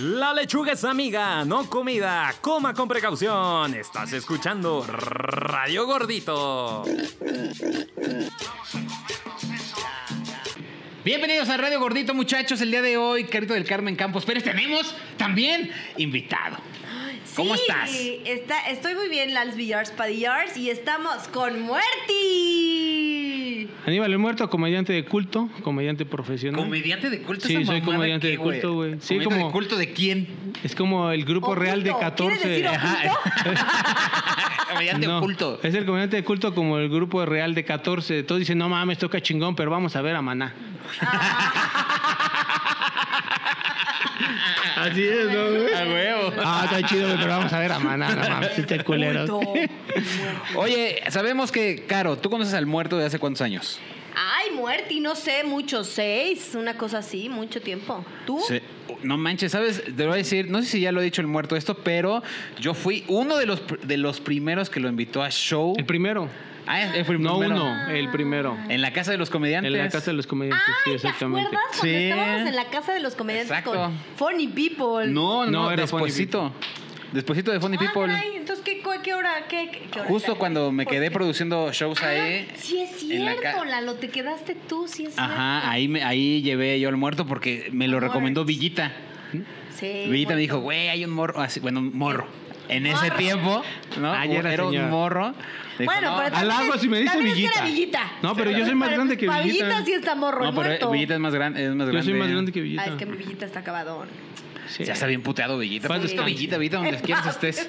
La lechuga es amiga, no comida. Coma con precaución. Estás escuchando Radio Gordito. Bienvenidos a Radio Gordito, muchachos. El día de hoy, Carito del Carmen Campos Pérez, tenemos también invitado. ¿Cómo Sí, estás? está- estoy muy bien, Lals Villars Padillars, y estamos con Muerti. Aníbal el Muerto, comediante de culto, comediante profesional. Comediante de culto. Sí, esa soy mamada, comediante ¿qué, de culto, güey. Sí, ¿Comediante como- de culto de quién? es como el grupo Oculto, real de ¿quieres 14. decir oculto? comediante No, oculto. Es el comediante de culto como el grupo real de 14. Todos dicen, no mames, toca chingón, pero vamos a ver a Maná. Ah. Así es, ¿no, güey? A huevo. Ah, está chido, güey, pero vamos a ver a Maná, no mames, este culero. Oculto. Oye, sabemos que, Caro, tú conoces al muerto de hace cuántos años. Ay, Muerti, no sé, muchos seis, una cosa así, mucho tiempo. ¿Tú? Se- No manches, ¿sabes? Te voy a decir, no sé si ya lo he dicho el muerto esto, pero yo fui uno de los, pr- de los primeros que lo invitó a show. El primero. Ah, es- fue el No primero. uno, el primero. En la casa de los comediantes. En la casa de los comediantes, sí, Ay, Ah, ¿te acuerdas exactamente. cuando Sí. estábamos en la casa de los comediantes Exacto. con Funny People? No, no, No, era Funny despuesito. Despuesito de Funny Ah, People. caray, entonces, ¿qué, cu- qué hora? ¿Qué, qué- qué hora Justo era? cuando me ¿Por quedé qué? produciendo shows ahí. Ah, sí, es en la cierto, ca- Lalo, te quedaste tú, sí es cierto. Ajá, ahí, me, ahí llevé yo al muerto porque me lo Al recomendó muerto. Villita. Sí, Villita me dijo, muerto. güey, hay un morro. Así, bueno, un morro. En ese Morro. tiempo, ¿no? Ah, ya era era un señor. morro. Dijo, Bueno, no, pero Al también agua es- si me dice también es que Villita. era Villita. No, pero yo soy más Para- grande que para Villita. Villita sí está morro, no, el pero muerto. Villita es más grande. Es más Yo grande. soy más grande que Villita. Ah, es que mi Villita está acabadón. Sí. Ya está bien puteado Villita. Paz Paz descanse. Villita, Villita, donde quieras estés.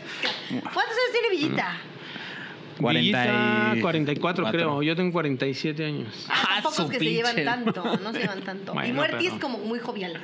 ¿Cuántos años tiene Villita? Mm. Villita, 40 y- 44 creo. cuatro. Yo tengo 47 años. Ah, Ah, tampoco su es que se llevan pinche- tanto, no se llevan tanto. y Bueno, Muerti pero- es como muy jovial.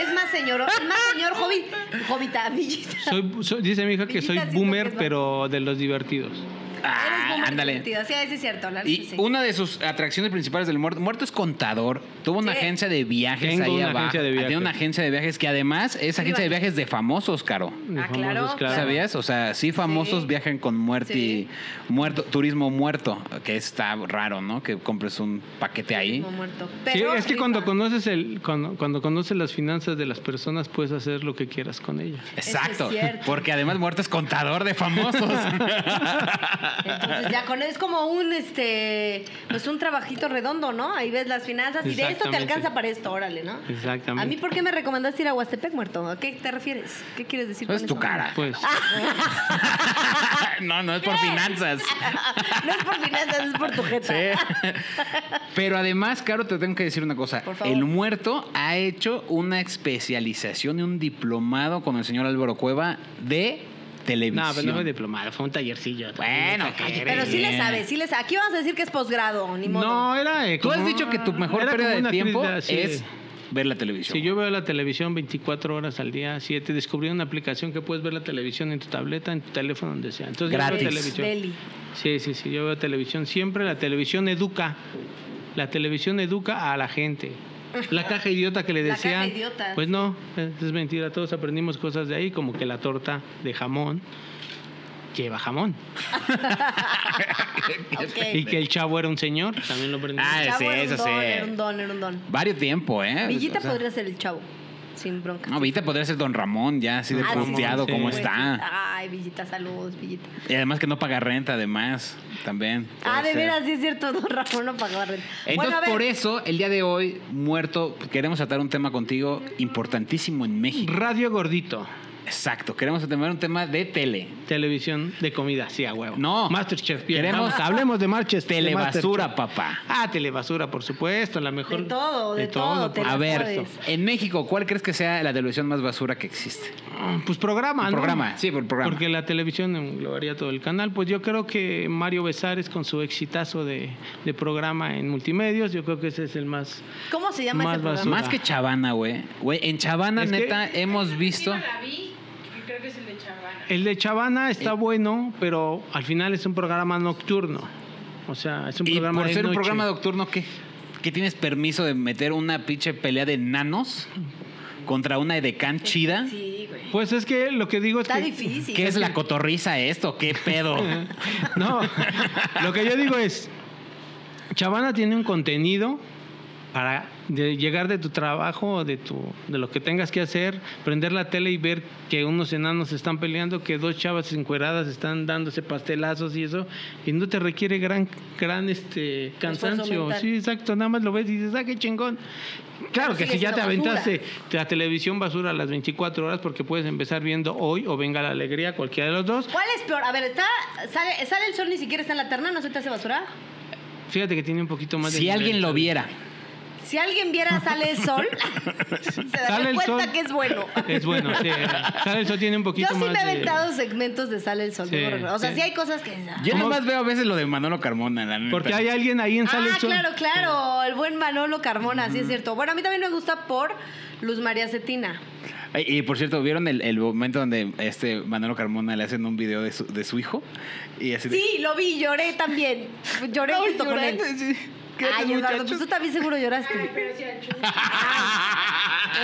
Es más señor, es más señor jovi, jovita, Villita. Soy, soy- dice mi hija que Villita soy siento que es boomer, más- pero de los divertidos. Eres Ah, boomer ándale. divertido. Sí, ese es cierto. la neta Y sí. una de sus atracciones principales del muerto, muerto es contador, tuvo una Sí. agencia de viajes Tengo ahí una abajo. agencia de Ah, Tiene viajes. una agencia de viajes que además es agencia de vale. viajes de famosos, Caro. Ah, Famosos, claro, claro. ¿Sabías? O sea, sí famosos Sí. viajan con muerte Sí. y muerto, turismo muerto, que está raro, ¿no? Que compres un paquete ahí. Como muerto. Sí, Pero es que rifa. cuando conoces el cuando, cuando conoces las finanzas de las personas puedes hacer lo que quieras con ellas. es Exacto, cierto. porque además muerto es contador de famosos. Entonces ya con es como un este pues un trabajito redondo, ¿no? Ahí ves las finanzas y de esto te Exactamente. alcanza para esto, órale, ¿no? Exactamente. A mí por qué me recomendaste ir a Huastepec, muerto? ¿A qué te refieres? ¿Qué quieres decir No con es tu eso? cara. Pues ah, no, no es por finanzas. no es por finanzas, es por tu jeta. Sí. Pero además, Caro, te tengo que decir una cosa. Por favor. El muerto ha hecho una especialización y un diplomado con el señor Álvaro Cueva de televisión. no, pero no fue diplomado, fue un tallercillo. Bueno, cállate. Pero sí le sabes, sí le sabes. Aquí vamos a decir que es posgrado, ni modo. No, era eh, Tú has como- dicho que tu mejor era pérdida como de una tiempo actividad, sí. es ver la televisión. Si yo veo la televisión 24 horas al día, 7, descubrí una aplicación que puedes ver la televisión en tu tableta, en tu teléfono, donde sea. Entonces, yo veo Gratis. televisión. Beli. Sí, sí, sí, yo veo televisión. Siempre la televisión educa. La televisión educa a la gente. La caja idiota que le La caja decían. de idiotas. Pues no, es es mentira. Todos aprendimos cosas de ahí, como que la torta de jamón lleva jamón. Y Ok. que el chavo era un señor, también lo aprendimos. Ah, El chavo sí, era un eso don, sí. Era un don, era un don. Varios tiempo, ¿eh? Villita O sea, podría ser el chavo, sin bronca. No, Villita podría ser Don Ramón, ya así de Ah, sí, puteado sí. como Pues, sí. está. Ay, Villita, saludos, Villita. Y además que no paga renta, además, también. Ah, Puede de ser. veras, sí es cierto, don Ramón no pagó renta. Entonces, Bueno, a ver, e- por eso, el día de hoy, muerto, queremos tratar un tema contigo importantísimo en México. Radio gordito. Exacto, queremos atender un tema de tele. Televisión de comida, sí, a huevo. No. Masterchef, bien. Queremos- vamos, hablemos de Masterchef. de Telebasura, Masterchef. papá. Ah, telebasura, por supuesto, la mejor. De todo, de todo, por tele- A ver, puedes. en México, ¿cuál crees que sea la televisión más basura que existe? Ah, Pues programa, El ¿no? programa, sí, por el programa. Porque la televisión englobaría todo el canal. Pues yo creo que Mario Besares con su exitazo de, de programa en multimedios, yo creo que ese es el más... ¿Cómo se llama Más ese programa? basura. Más que Chavana, güey. Güey, en Chavana, Es que- neta, hemos visto. última la vi, que creo que es el de Chavana. El de Chavana está bueno, pero al final es un programa nocturno. O sea, es un Y programa por de ser un noche. programa nocturno, ¿qué? ¿Qué tienes permiso de meter una pinche pelea de nanos contra una edecán chida? Sí, güey. Pues es que lo que digo es Está que... difícil. ¿Qué es la cotorriza esto? ¿Qué pedo? No, lo que yo digo es, Chavana tiene un contenido para de llegar de tu trabajo, de, tu, de lo que tengas que hacer, prender la tele y ver que unos enanos están peleando, que dos chavas encueradas están dándose pastelazos y eso, y no te requiere gran, gran este, cansancio. mental. Sí, exacto, nada más lo ves y dices, ah, qué chingón. Claro Pero que sigue si ya te siendo aventaste basura. la televisión basura a las 24 horas, porque puedes empezar viendo hoy o venga la alegría, cualquiera de los dos. ¿Cuál es peor? A ver, está, sale, sale el sol, ni siquiera está en la terna, ¿no se te hace basura? Fíjate que tiene un poquito más de. Si alguien nivel. lo viera. Si alguien viera sale el sol, se Sale daría el cuenta sol. que es bueno. Es bueno, sí. Sale el sol, tiene un Yo poquito sí me he más de- aventado segmentos de sale el sol. Sí, debo reconocer. o sea, sí. sí. hay cosas que... ah, Yo ¿Cómo? nomás veo a veces lo de Manolo Carmona, la neta. Porque hay alguien ahí en Sale el Ah, Sol. claro, claro. El buen Manolo Carmona, sí es cierto. Bueno, a mí también me gusta por Luz María Cetina. Ay, Y por cierto, ¿vieron el, el momento donde este Manolo Carmona le hacen un video de su, de su hijo? Y así de- Sí, lo vi, lloré también. Lloré junto con él. Ay, Eduardo, pues tú también seguro Ay, lloraste. pero sí, al churro.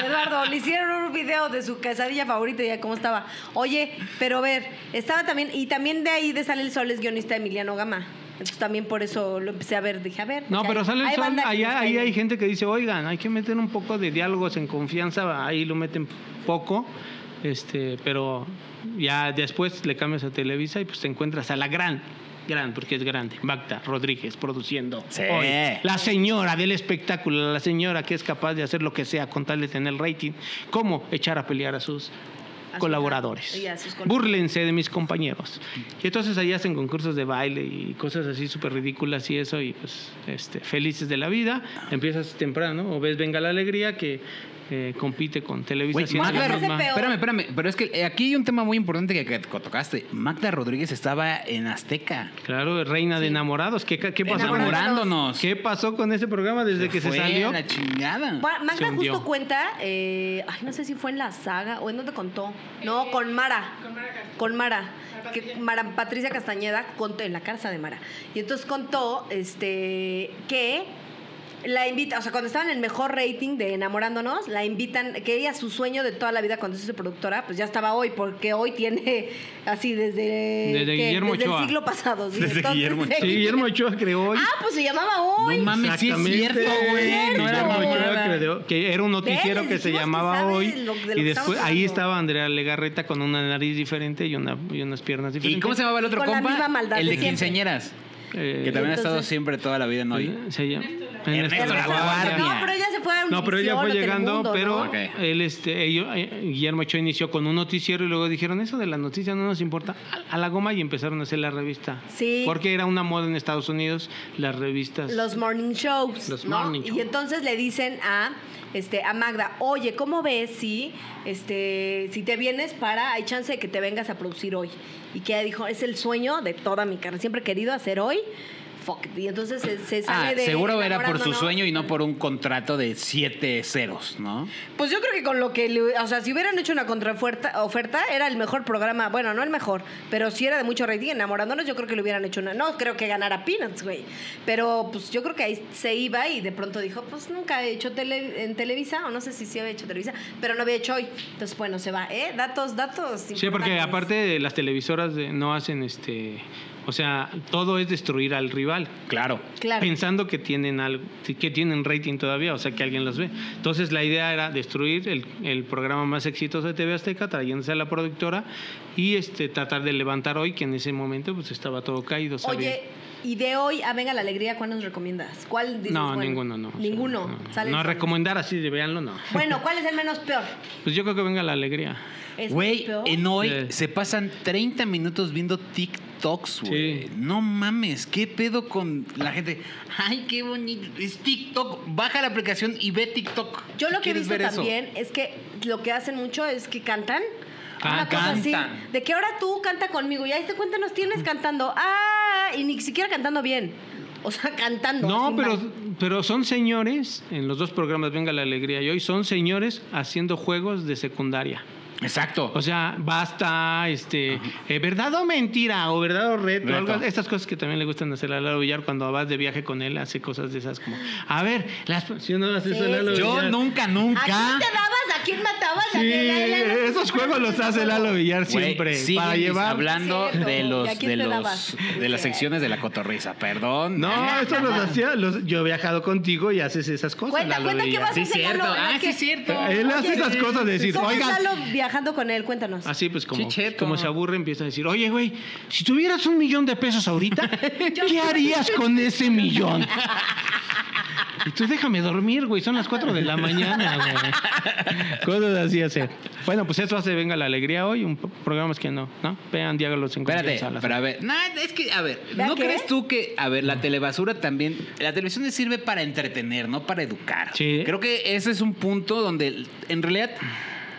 Eduardo, le hicieron un video de su quesadilla favorita y ya cómo estaba. Oye, pero a ver, estaba también, y también de ahí de Sale el Sol es guionista Emiliano Gama. Entonces también por eso lo empecé a ver, dije, a ver. No, ya pero hay- sale el hay sol, banda que allá, nos ahí cae hay bien. gente que dice, oigan, hay que meter un poco de diálogos en confianza, ahí lo meten poco, este, pero ya después le cambias a Televisa y pues te encuentras a la gran, gran, porque es grande, Magda Rodríguez produciendo. Sí. hoy. La señora del espectáculo, la señora que es capaz de hacer lo que sea con tal de tener rating, cómo echar a pelear a sus sus- colaboradores. y a sus colaboradores. Búrlense de mis compañeros. Y entonces ahí hacen concursos de baile y cosas así súper ridículas y eso, y pues este, felices de la vida. Empiezas temprano, o ves Venga la Alegría, que eh, compite con Televisa. Güey, haciendo Magda la Magda Ro- misma- Ese peor. espérame, espérame, pero es que eh, aquí hay un tema muy importante que, que tocaste. Magda Rodríguez estaba en Azteca. Claro, Reina de Enamorados. ¿Qué, qué pasó con Enamorándonos. ¿Qué pasó con ese programa desde que se fue salió? a la chingada. Bueno, Se Magda hundió. justo cuenta, eh, ay, no sé si fue en la saga o en dónde contó. No, con Mara. Eh, Con Mara Castro. Con Mara. Mara Que Patricia. Mara Patricia Castañeda contó en la casa de Mara. Y entonces contó este que la invita, o sea, cuando estaba en el mejor rating de Enamorándonos, la invitan, que ella su sueño de toda la vida cuando se hizo productora, pues ya estaba hoy, porque hoy tiene así desde, Desde ¿qué? Guillermo desde el Ochoa. siglo pasado. sí, Desde Guillermo Ochoa. Sí, Guillermo Ochoa creó. y- Ah, pues se llamaba hoy. no mames, sí es Exactamente. cierto, güey. No era Guillermo Ochoa mamada. creó- que era un noticiero Ven, que les se dijimos que llamaba sabe hoy. lo- de lo y que después estamos ahí hablando. estaba Andrea Legarreta con una nariz diferente y, una, y unas piernas diferentes. ¿Y cómo se llamaba el otro Con la compa? misma maldad el de de siempre. quinceañeras. Eh, Que también ha estado Entonces- siempre toda la vida en hoy. se llama Ernesto La Ernesto La Guardia. Guardia. No, pero ella se fue a No, pero ella Univisión fue o llegando, Telemundo, pero ¿no? Ok. él, este, ello- eh, Guillermo Ochoa inició con un noticiero y luego dijeron eso de las noticias no nos importa a, a la goma y empezaron a hacer la revista. Sí. Porque era una moda en Estados Unidos las revistas. los morning shows. Los ¿no? morning shows. Y entonces le dicen a, este, a Magda, oye, ¿cómo ves si, este, si te vienes para, hay chance de que te vengas a producir hoy? Y que ella dijo, es el sueño de toda mi carrera. Siempre he querido hacer hoy. Fuck. it". Y entonces se, se sale Ah, de. seguro era por su enamorándonos. sueño y no por un contrato de siete ceros, ¿no? Pues yo creo que con lo que, le- o sea, si hubieran hecho una contraoferta, oferta, era el mejor programa, bueno, no el mejor, pero si era de mucho rating, enamorándonos, yo creo que le hubieran hecho una, no creo que ganara Peanuts, güey, pero pues yo creo que ahí se iba y de pronto dijo, pues nunca he hecho tele, en Televisa, o no sé si sí había hecho Televisa, pero no había hecho hoy, entonces bueno, se va, ¿eh? Datos, datos. Sí, porque importantes. aparte de las televisoras de- no hacen este, o sea, todo es destruir al rival. Claro. Claro. Pensando que tienen algo, que tienen rating todavía, o sea que alguien los ve. Entonces la idea era destruir el, el programa más exitoso de TV Azteca, trayéndose a la productora y este tratar de levantar hoy, que en ese momento pues estaba todo caído. sabía. Oye, y de hoy a Venga la Alegría, ¿cuál nos recomiendas? ¿Cuál dices, no, bueno, ninguno, no. O sea, Ninguno. no, no. Sale No el sol. recomendar así de véanlo, no. Bueno, ¿cuál es el menos peor? Pues yo creo que venga la alegría. ¿Es Güey, peor? en hoy Sí. se pasan 30 minutos viendo TikToks, güey. Sí. No mames, ¿qué pedo con la gente? Ay, qué bonito. Es TikTok. Baja la aplicación y ve TikTok. Yo si lo que he quieres visto ver eso. también es que lo que hacen mucho es que cantan. Ah, Una cosa así, cantan. de que ahora tú canta conmigo y ahí te cuenta nos tienes cantando. Ah, y ni siquiera cantando bien. O sea, cantando. No, así pero, mal. pero son señores, en los dos programas Venga la Alegría y hoy, son señores haciendo juegos de secundaria. Exacto. O sea, basta, este, eh, verdad o mentira, o verdad o reto, Reto. algo- estas cosas que también le gustan hacer a Lalo Villar cuando vas de viaje con él, hace cosas de esas como, a ver, las, si uno hace eso a Sí, Lalo sí. yo Villar. nunca, ¿A quién nunca. te dabas? ¿A quién matabas? ¿A Sí, quién- a él, a él? eso Esos juegos los hace Lalo Villar Güey, siempre. siguen para llevar. hablando Cierto. de ¿Y a los quién de te los dabas? de las secciones de la cotorriza, perdón. No, eso los hacía. los- yo he viajado contigo y haces esas cosas. Cuenta, Lalo cuenta qué Villar. vas a Sí, hacer, cierto. Lalo, Ah, ¿verdad sí, que- cierto. Él hace Oye, esas cosas de decir, ¿cómo oigan. está Lalo viajando con él? Cuéntanos. Así pues como, Chicheto. como se aburre empieza a decir, oye güey, si tuvieras un millón de pesos ahorita, ¿qué harías con ese millón? Y tú déjame dormir, güey, son las 4 de la mañana, güey. Cosas así hacer. Bueno, pues eso hace Venga la Alegría hoy, un po- programa es que no, ¿no? Vean Diálogo los Espérate, pero a ver, nah, es que, a ver, ¿Vea ¿no qué? crees tú que, a ver, la telebasura también, la televisión le sirve para entretener, no para educar? Sí. Creo que ese es un punto donde, en realidad,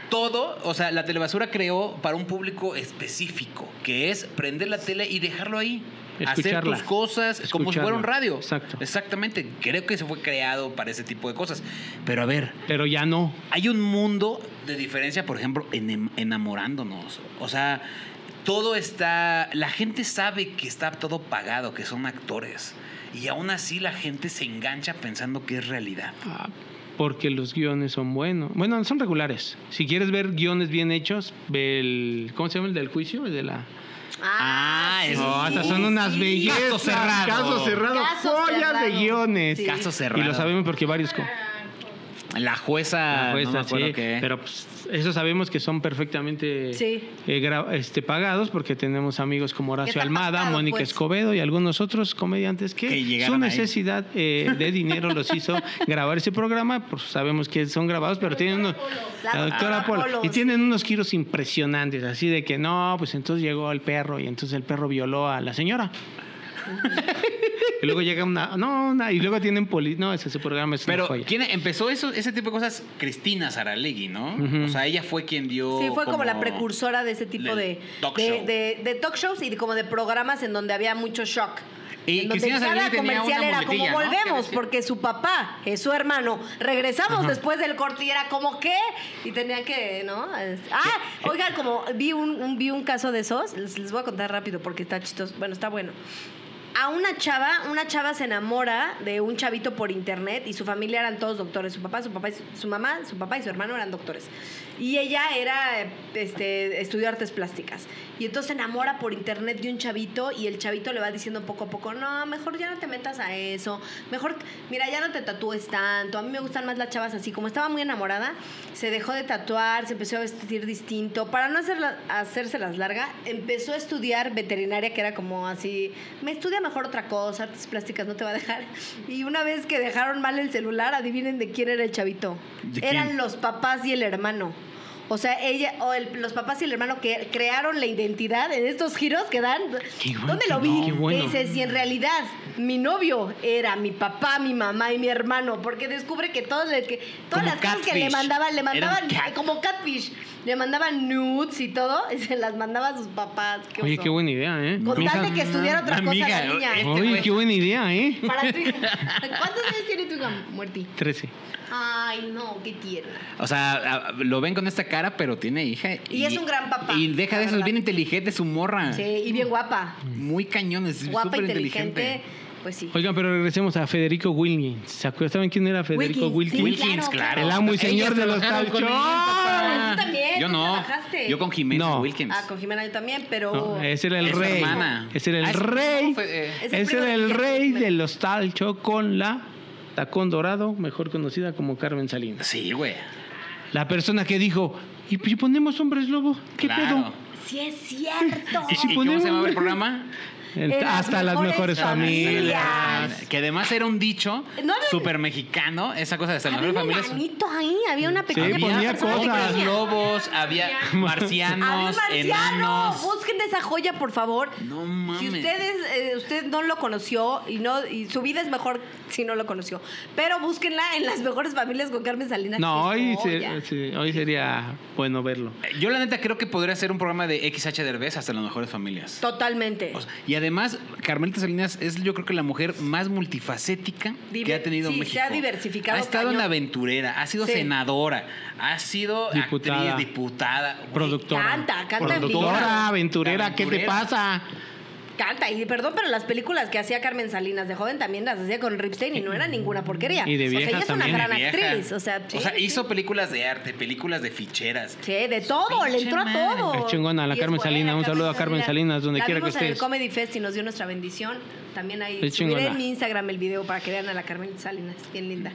todo, o sea, la telebasura creó para un público específico, que es prender la tele y dejarlo ahí. Escucharla. Hacer tus cosas como si Escucharla. fuera un radio. Exacto. Exactamente. Creo que se fue creado para ese tipo de cosas. Pero a ver, Pero ya no. hay un mundo de diferencia, por ejemplo, en em- enamorándonos. O sea, todo está. La gente sabe que está todo pagado, que son actores. Y aún así la gente se engancha pensando que es realidad. Ah, Porque los guiones son buenos. Bueno, son regulares. Si quieres ver guiones bien hechos, ve el. ¿Cómo se llama el del juicio? El de la. Ah, es- No, Sí, esas son unas bellezas. Caso cerrado. Caso cerrado. Caso joyas de cerrado. guiones. Sí. Caso cerrado. Y lo sabemos porque varios. co- La jueza. la Ah, no me jueza, acuerdo Ah, sí, qué. Pero pues, eso sabemos que son perfectamente Sí. eh, gra- este, pagados porque tenemos amigos como Horacio está Almada, pactado, Mónica pues. Escobedo y algunos otros comediantes que, Que su llegaron ahí. necesidad eh, de dinero los hizo grabar ese programa. Pues sabemos que son grabados, pero tienen unos. La doctora Polo. Polo, Y sí. tienen unos giros impresionantes, así de que no, pues entonces llegó el perro y entonces el perro violó a la señora. y luego llega una. No, una- y luego tienen poli. No, ese, ese programa es una Pero, joya. ¿quién empezó eso, ese tipo de cosas? Cristina Saralegui, ¿no? Ujú. O sea, ella fue quien dio. Sí, fue como, la precursora de ese tipo del de talk de, show. de- de talk shows y de- como de programas en donde había mucho shock. Y en Cristina Salinas tenía una era como muletilla, ¿no? Que volvemos, decía- porque su papá es su hermano. Regresamos después del corte y era como qué. Y tenían que, ¿no? Es- Ah, oigan, como vi un, un- vi un caso de esos, les, les voy a contar rápido porque está chistoso. Bueno, está bueno. A una chava, una chava se enamora de un chavito por internet y su familia eran todos doctores. Su papá, su papá, y su, su mamá, su papá y su hermano eran doctores. Y ella era, eh, este, estudió artes plásticas. Y entonces se enamora por internet de un chavito y el chavito le va diciendo poco a poco, no, mejor ya no te metas a eso, mejor, mira, ya no te tatúes tanto. A mí me gustan más las chavas así. Como estaba muy enamorada, se dejó de tatuar, se empezó a vestir distinto. Para no hacerla, hacérselas larga, empezó a estudiar veterinaria, que era como así, me estudia mejor otra cosa, artes plásticas no te va a dejar. Y una vez que dejaron mal el celular, adivinen de quién era el chavito. ¿De quién? Eran los papás y el hermano. O sea, ella, o el- los papás y el hermano que crearon la identidad en estos giros que dan. Qué bueno, ¿Dónde lo qué vi? no, qué bueno. Y dices, y en realidad, mi novio era mi papá, mi mamá y mi hermano, porque descubre que todos le- que, todas Como las cosas que le catfish. mandaban, Era le un mandaban eh, catfish. como catfish, le mandaban nudes y todo, y se las mandaba a sus papás. Qué Oye, oso. qué buena idea, ¿eh? Con Mija- tal de que estudiara otra Amiga, cosa la niña. este Oye, güey. qué buena idea, ¿eh? Para tu hija. ¿Cuántos años tiene tu hija, Muerti? 13. Ay, no, qué tierna. O sea, a- lo ven con esta cara, pero tiene hija. Y es un gran papá, Y deja la de eso, es verdad. bien inteligente su Ah. morra. Sí, y bien guapa. Muy cañón, es Guapa, súper inteligente. inteligente. Pues sí. Oigan, pero regresemos a Federico Wilkins. ¿Se acuerdan? ¿Saben quién era Federico Wilkins, Wilkins? sí. claro, claro. El amo y señor de los trabajaron con talk él, papá. Tú también, Yo tú no. trabajaste. Yo con Jimena No. Wilkins. Ah, con Jimena yo también, pero. No, ese era el Es su rey. hermana. Ese era el Ah, ese- rey. no, fue, eh, Es el Ese primo era de el Guillermo rey Guzmán. de los talcho con la tacón dorado, mejor conocida como Carmen Salinas. Sí, güey. La persona que dijo, ¿y si ponemos hombres lobo? ¿Qué Claro. Sí, es cierto. ¿Y, si y cómo ponemos- se llamaba el programa? pedo? El- En las hasta las mejores mejores familias. Familias. Que además era un dicho No, no. súper mexicano, esa cosa de hasta las Había mejores un familias. enanito ahí, había una pequeña Sí, ponía persona cosas. Hombres pequeña. lobos, había Había un marcianos, marciano. enanos. Busquen esa joya, por favor. No mames. Si ustedes, eh, usted no lo conoció y no y su vida es mejor si no lo conoció, pero búsquenla en las mejores familias con Carmen Salinas. No, que es hoy, se- joya. sí, hoy sería bueno verlo. Yo la neta creo que podría ser un programa de XH Derbez hasta las mejores familias. Totalmente. O sea, y además, Carmelita Salinas es yo creo que la mujer más multifacética Diver- que ha tenido sí, México. se ha diversificado Ha estado cañón. en aventurera, ha sido Sí. senadora, ha sido Diputada. actriz, diputada. güey. Productora. Canta, canta en vivo. Productora, aventurera, ¿qué te Aventurera. pasa? Canta, y perdón, pero las películas que hacía Carmen Salinas de joven también las hacía con Ripstein y no era ninguna porquería. Y de o sea, vieja ella es también. una gran Vieja. actriz. O sea, sí, sí. hizo películas de arte, películas de ficheras. Sí, de todo, le Pinche entró a madre. todo. Es chingona, la Y Carmen buena, Salinas, un saludo a Carmen Salinas, donde La quiera que vimos en el estés. Comedy Fest y nos dio nuestra bendición. También ahí Es subiré chingona. en mi Instagram el video para que vean a la Carmen Salinas, bien linda.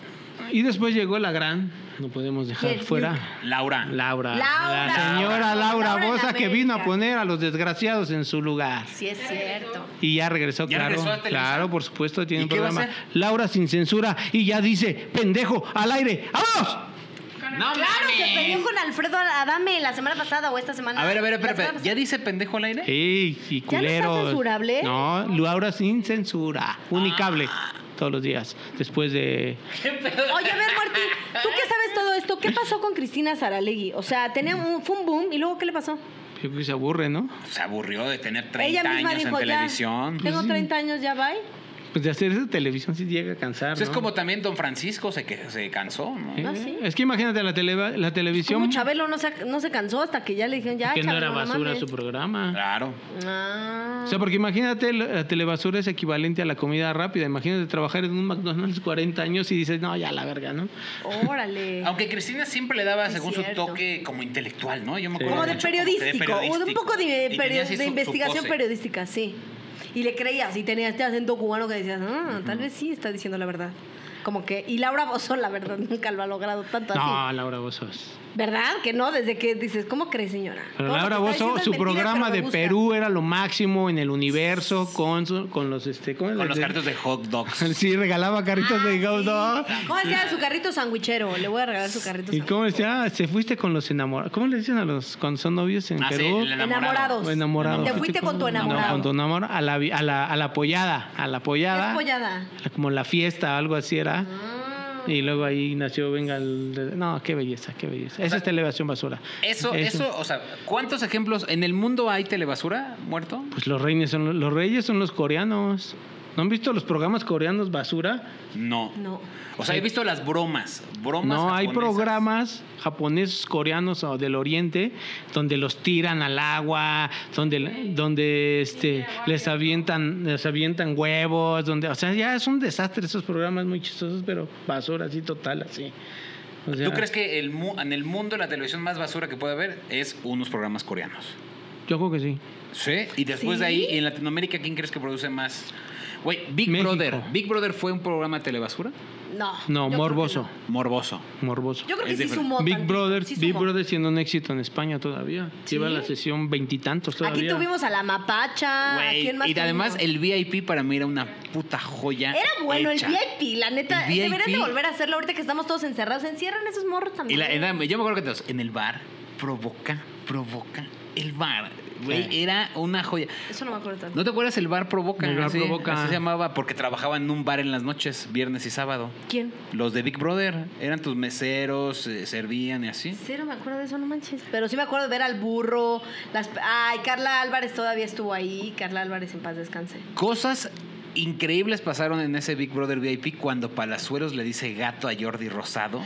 Y después llegó la gran, no podemos dejar ¿Quién? fuera. Laura. Laura, Laura. la señora Laura Laura en Bosa que América. vino a poner a los desgraciados en su lugar. Sí es cierto. Y ya regresó, Ya claro. regresó a Televisa. claro, por supuesto, tiene ¿Y un qué va a programa. hacer? Laura sin censura y ya dice, pendejo, al aire, ¡vámonos! No Claro, se mames. peleó con Alfredo Adame la semana pasada o esta semana. A ver, a ver, La espera, semana espera. ¿Ya pasada. dice pendejo al aire? Ey, ¿Ya y no está culero. censurable? No, Laura sin censura, unicable, Ah. todos los días, después de... Oye, a ver, Martín, tú que sabes todo esto, ¿qué pasó con Cristina Saralegui? O sea, tenía un, fue un boom y luego ¿qué le pasó? Yo creo que se aburre, ¿no? Se aburrió de tener Ella 30 misma años en dijo, ya, televisión. tengo 30 años, ya bye. Pues de hacer esa televisión sí llega a cansar, Pues es ¿no? como también Don Francisco se, que, se cansó, ¿no? ¿Eh? Ah, sí. Es que imagínate la, tele- la televisión, Como Chabelo no se, no se cansó hasta que ya le dijeron, ya, que no Chabelo, era basura mames. su programa. Claro. Ah. O sea, porque imagínate, la la telebasura es equivalente a la comida rápida. Imagínate trabajar en un McDonald's 40 años y dices, no, ya la verga, ¿no? Órale. Ah, Aunque Cristina siempre le daba, Es según cierto. su toque, como intelectual, ¿no? Yo me Sí. acuerdo Como de mucho que periodístico, o de un poco de, periodístico. Y peri- tenía así de su- su investigación pose. periodística, sí. Y le creías, y tenías este acento cubano que decías, ah, tal vez sí está diciendo la verdad. Como que, y Laura Bozón, la verdad, nunca lo ha logrado tanto No, así. Laura Bozo. es- ¿Verdad? Que no, desde que dices, ¿cómo crees, señora? Pero Todo lo que Laura está Bozo, diciendo es su mentira, programa pero me de gusta. Perú era lo máximo en el universo con, su- con los... Este, ¿cómo Con los les- cartos de hot dogs. Sí, regalaba carritos Ah, de sí. Go Dog. ¿Cómo decía su carrito sandwichero? Le voy a regalar su carrito ¿Y sandwichero. cómo decía? Ah, se fuiste con los enamorados. ¿Cómo le dicen a los cuando son novios en Ah, sí, Perú? el Enamorados. O enamorados. Te fuiste con tu No, enamorado. con tu enamorado. A la, vi- a la, a la pollada. A la pollada. Es pollada. Como la fiesta, algo así era. Ah. Y luego ahí nació Venga el... No, qué belleza, qué belleza. Esa es elevación basura. Eso, eso, o sea, ¿cuántos ejemplos en el mundo hay telebasura muerto? Pues los reyes son los, los reyes son los coreanos. ¿No han visto los programas coreanos basura? No. No. O sea, he visto las bromas. Bromas. No, hay japonesas. programas japoneses, coreanos o del oriente donde los tiran al agua, donde donde este les avientan les avientan huevos, donde, o sea, ya es un desastre esos programas muy chistosos, pero basura así total así. O sea, ¿Tú crees que el mu- en el mundo la televisión más basura que puede haber es unos programas coreanos? Yo creo que sí. Sí. Y después de ahí, ¿Sí? en Latinoamérica, ¿quién crees que produce más? Güey, Big México. Brother. ¿Big Brother fue un programa de telebasura? No. yo creo No, que morboso, no. Morboso. morboso. Yo creo que Es sí diferente. sumó. Big tantito, Brother, sí Big sumó. Brother siendo un éxito en España todavía. ¿Sí? Lleva la sesión veintitantos todavía. Aquí tuvimos a la mapacha, Güey, Ah, ¿a quién más y además tuvimos? el VIP para mí era una puta joya. Era bueno hecha. el VIP, la neta. El Deberían de VIP. volver a hacerlo ahorita que estamos todos encerrados. Encierran esos morros Y también. la- era- yo me acuerdo que todos, en el bar provoca, provoca. El bar, güey, Sí. era una joya. Eso no me acuerdo tanto. ¿No te acuerdas el bar provoca? El Bar así, Provoca. así se llamaba porque trabajaba en un bar en las noches, viernes y sábado. ¿Quién? Los de Big Brother eran tus meseros, eh, servían y así. Cero me acuerdo de eso, no manches. Pero sí me acuerdo de ver al burro. Las... Ay, Carla Álvarez todavía estuvo ahí. Carla Álvarez en paz descanse. Cosas increíbles pasaron en ese Big Brother VIP cuando Palazuelos le dice gato a Jordi Rosado.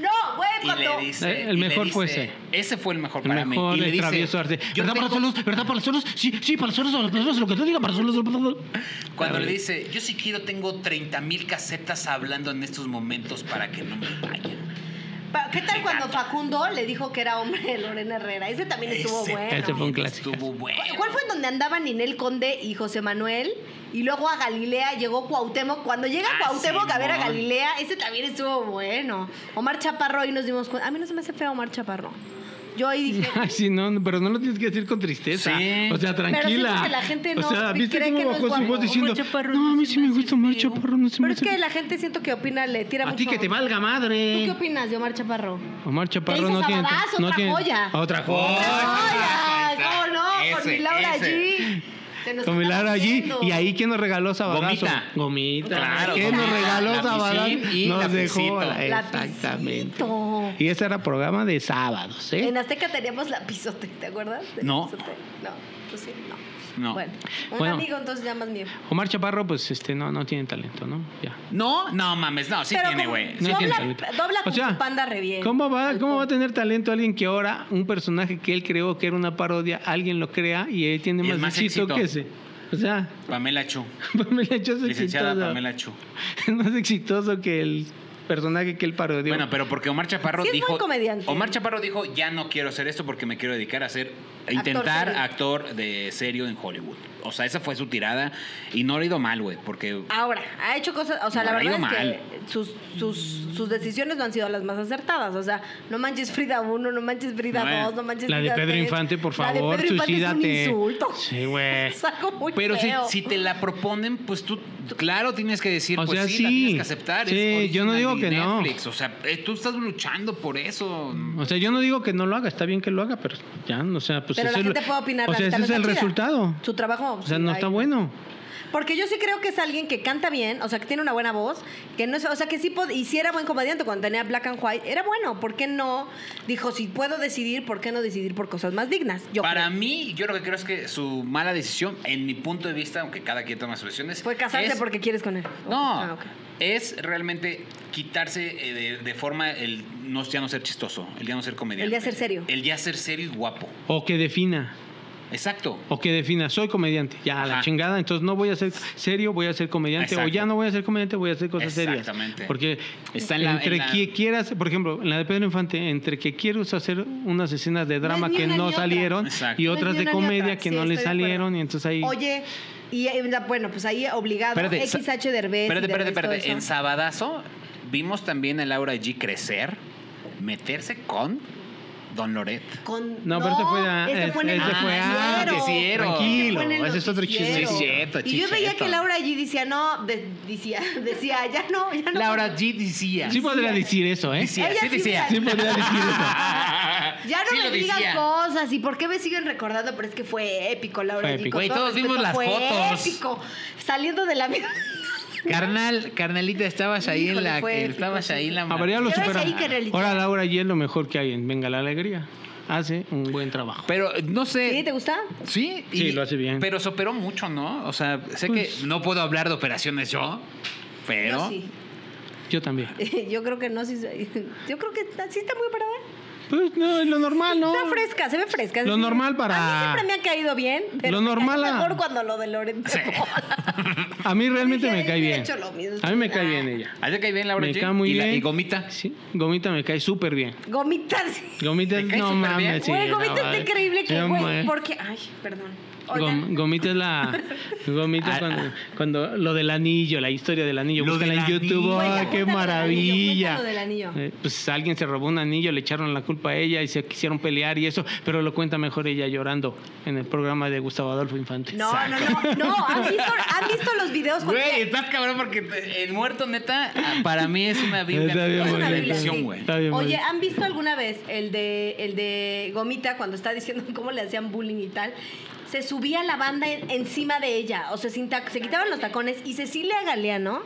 No, güey, Y le cuando. dice. Eh, el y le mejor fue dice- Ese fue el mejor El para mejor, mí. Y le el dice, travieso arte. yo ¿Verdad, tengo- Palazuelos? ¿Verdad, Palazuelos? Sí, sí, Palazuelos, Palazuelos, lo que tú digas, Palazuelos. Palazuelos. Cuando le dice, yo si quiero tengo 30 mil casetas hablando en estos momentos para que no me vayan. Pa- ¿Qué tal cuando Facundo le dijo que era hombre de Lorena Herrera? Ese también estuvo Ese bueno. Ese fue un clásico. Estuvo bueno. ¿Cu- ¿Cuál fue en donde andaban Ninel Conde y José Manuel? Y luego a Galilea llegó Cuauhtémoc. Cuando llega Ah, Cuauhtémoc a ver a Simón. Galilea, ese también estuvo bueno. Omar Chaparro ahí nos dimos cuenta. A mí no se me hace feo Omar Chaparro. Yo ahí dije... Ay, sí, no, pero no lo tienes que decir con tristeza. Sí. O sea, tranquila. siento que la gente no o sea, ¿viste cree cómo que no es bajó su guapo? voz diciendo, Omar Chaparro no, a no mí se sí me me hace gusta Omar feo". Chaparro, no se Pero me es hace que feo". la gente siento que opina, le tira A mucho. ti que te valga ¿Tú qué madre. opinas de Omar Chaparro? Omar Chaparro hizo no tiene... Sabadazo, no otra tiene- joya. Otra Oh. joya. ¡Ay, esa, cómo no! con ese, mi Laura ese. allí. Se nos Con está Milar allí. muriendo. Y ahí, ¿quién nos regaló Sabadazo? Gomita. Gomita. Claro, ¿Quién nos Gomita, regaló lapicín Sabadazo? y Nos lapicito. dejó... la- Exactamente. Lapicito. Y ese era programa de sábados, ¿eh? En Azteca teníamos la pisote, ¿te acuerdas? del No. pisote? No, tú sí, no. No. Bueno, un Bueno. amigo entonces ya más mío. Omar Chaparro, pues este, no, no tiene talento, ¿no? Ya. No, no mames, no, sí Pero tiene, como- güey. No Sí dobla- tiene. dobla O con sea, su panda re bien. Pues ¿Cómo va, Al ¿Cómo va a pop. tener talento alguien que ahora un personaje que él creó que era una parodia, alguien lo crea y él tiene Y es más, más éxito éxito. que ese? O sea, Pamela Chu. Pamela Cho es Licenciada exitoso. Pamela Chu. Es más exitoso que el personaje que él parodió. Bueno, pero porque Omar Chaparro Sí es dijo. buen comediante. Omar Chaparro dijo, ya no quiero hacer esto porque me quiero dedicar a ser. a intentar serio. actor de serio en Hollywood. O sea, esa fue su tirada. Y no le ha ido mal, güey. Porque. Ahora, ha hecho cosas, o sea, No, la le ha verdad ido es mal. que sus, sus, sus decisiones no han sido las más acertadas. O sea, no manches Frida 1, no manches Frida No, 2, no manches eh. la de Frida Pedro 3. Infante, por La de favor, Pedro Infante suicídate. Es un insulto. Sí, güey. Es algo muy Pero si, feo. si te la proponen, pues tú, claro, tienes que decir, O pues sea, sí, sí. la tienes que aceptar. Sí, es yo no original digo de que no. Netflix. O sea, eh, tú estás luchando por eso. O sea, yo no digo que no lo haga, está bien que lo haga, pero ya, o sea, pues Pero ese la es gente lo- puede opinar. O la sea, neta ese no es el está chida. resultado. Su trabajo. O sea, no ay, está bueno. Porque yo sí creo que es alguien que canta bien, o sea, que tiene una buena voz, que no es, o sea, que sí pod- y si era buen comediante cuando tenía Black and White, era bueno, ¿por qué no? Dijo, si puedo decidir, ¿por qué no decidir por cosas más dignas? Yo Para creo. mí, yo lo que creo es que su mala decisión, en mi punto de vista, aunque cada quien toma sus decisiones, fue casarse es- porque quieres con él. No, Ah, ok. es realmente quitarse eh, de, de forma el no, ya no ser chistoso, el ya no ser comediante. El ya ser serio. El ya ser serio y guapo. O que defina. Exacto. O que defina, soy comediante. Ya, a la Ajá. chingada. Entonces no voy a ser serio, voy a ser comediante. O Exacto. ya no voy a ser comediante, voy a hacer cosas serias. Exactamente. Porque Está en la- entre en la- que quieras, por ejemplo, en la de Pedro Infante, entre que quieres hacer unas escenas de drama es ni que una no ni otra. salieron Exacto. y No es otras ni de una ni comedia otra. que Sí, no le estoy de salieron acuerdo. y entonces ahí... Oye, y eh, la- bueno, pues ahí obligado XH Derbez. y espérate, espérate, Derbez, todo espérate. eso. En Sabadazo vimos también a Laura G crecer, meterse con Don Loret. Con- No, pero ese fue ya- ese fue en el ese fue noticiero. antes, Ah, sí, era. Ese fue en el Tranquilo, ese es otro noticiero. chisme. Sí, es cierto, Y yo chicheto. veía que Laura allí decía, no, de- decía, decía, ya no, ya no. Laura G decía. Sí podría decir eso, ¿eh? Decía, Ella sí sí decía. Sí podría decir eso. Ya no Sí me lo digan decía. cosas y por qué me siguen recordando, pero es que fue épico, Laura. Fue Allí, épico. con Güey, todo todos vimos respeto, las fue fotos. Épico, saliendo de la misma. Carnal, carnalita, estabas ahí en Híjole, la. fue épico, Estabas ahí en la. A ver, ya lo Pero es supera. ahí que realizó. Ahora Laura G es lo mejor que hay en Venga la Alegría. Hace un buen trabajo. Pero no sé. ¿Sí? ¿Te gusta? Sí, Sí, lo hace bien. Pero se operó mucho, ¿no? O sea, sé Pues- que no puedo hablar de operaciones yo, pero. Yo sí. Yo también. Yo creo que no, sí. soy- Yo creo que está- sí está muy parada. Pues no, es lo normal, ¿no? Está fresca, se ve fresca. Lo Sí. normal para- A mí siempre me ha caído bien. Pero Lo me cayó normal a- mejor cuando lo de Lorenzo. A mí realmente Dije, me cae "Yo he bien. hecho lo mismo". Ah. A mí me cae bien ella. ¿A ti te cae bien, Laura Me G? cae muy ¿Y la- bien. y Gomita? Sí, Gomita me cae súper bien. Gomitas. Gomita, ¿Te cae no súper bien? mames. sí, Güey, no, Gomita está vale. increíble que, No, güey, mames. porque... Ay, perdón. Oigan, Gom- Gomita es la. Gomita Ah, cuando, cuando- Lo del anillo, la historia del anillo. Lo Búscala del en YouTube. anillo. ¡ay, Cuenta, qué cuenta lo del maravilla! anillo, cuenta lo del anillo. Eh, pues alguien se robó un anillo, le echaron la culpa a ella y se quisieron pelear y eso. Pero lo cuenta mejor ella llorando en el programa de Gustavo Adolfo Infante. No, no, no, no. ¿Han visto, han visto los videos? cuando- Güey, estás cabrón porque te- el muerto, neta, ah, para mí es una biblia. Está bien, Es una güey. bendición, güey. Está bien, Oye, bien. ¿han visto alguna vez el de, el de Gomita cuando está diciendo cómo le hacían bullying y tal? Se subía la banda en- encima de ella, o sea, sin tac- se quitaban los tacones y Cecilia Galeano